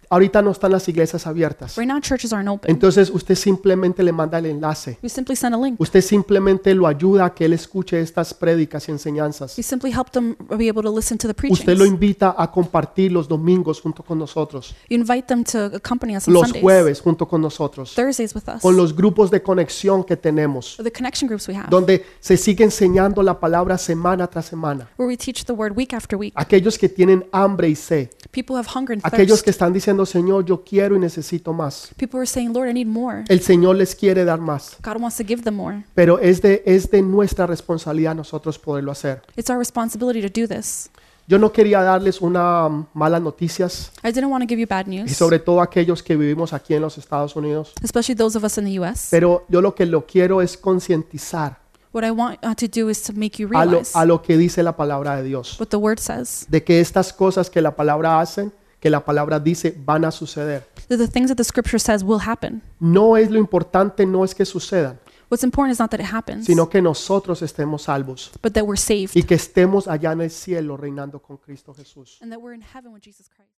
[SPEAKER 1] ahorita no están las iglesias abiertas.
[SPEAKER 2] right now, churches aren't open.
[SPEAKER 1] Entonces usted simplemente le manda el enlace.
[SPEAKER 2] we simply send a link.
[SPEAKER 1] Usted simplemente lo ayuda a que él escuche estas prédicas y enseñanzas.
[SPEAKER 2] we simply help them be able to listen to the preaching.
[SPEAKER 1] Usted lo invita a compartir los domingos junto con nosotros,
[SPEAKER 2] you invite them to accompany us on
[SPEAKER 1] los
[SPEAKER 2] Sundays,
[SPEAKER 1] jueves junto con nosotros,
[SPEAKER 2] Thursdays with us,
[SPEAKER 1] con los grupos de conexión que tenemos,
[SPEAKER 2] or the connection groups we have,
[SPEAKER 1] donde se sigue enseñando la palabra semana tras semana.
[SPEAKER 2] where we teach the word week after week.
[SPEAKER 1] aquellos que tienen hambre y sed,
[SPEAKER 2] People have hunger and thirst.
[SPEAKER 1] aquellos que están diciendo, Señor, yo quiero y necesito más.
[SPEAKER 2] People are saying, Lord, I need more.
[SPEAKER 1] El Señor les quiere dar más,
[SPEAKER 2] God wants to give them more.
[SPEAKER 1] pero es de, es de nuestra responsabilidad nosotros poderlo hacer.
[SPEAKER 2] It's our responsibility to do this.
[SPEAKER 1] Yo no quería darles una mm, malas noticias
[SPEAKER 2] I didn't want to give you bad
[SPEAKER 1] y
[SPEAKER 2] news,
[SPEAKER 1] sobre todo aquellos que vivimos aquí en los Estados Unidos,
[SPEAKER 2] especially those of us in the U.S.
[SPEAKER 1] pero yo lo que lo quiero es concientizar
[SPEAKER 2] What I want uh, to do is to make you
[SPEAKER 1] a lo,
[SPEAKER 2] realize
[SPEAKER 1] a lo que dice la palabra de Dios,
[SPEAKER 2] what the word says,
[SPEAKER 1] de que estas cosas que la palabra hacen, que la palabra dice, van a suceder.
[SPEAKER 2] that the things that the scripture says will happen.
[SPEAKER 1] No es lo importante, no es que sucedan,
[SPEAKER 2] What's important is not that it happens,
[SPEAKER 1] sino que nosotros estemos salvos.
[SPEAKER 2] but that we're saved
[SPEAKER 1] y que estemos allá en el cielo reinando con Cristo Jesús.
[SPEAKER 2] and that we're in heaven with Jesus Christ.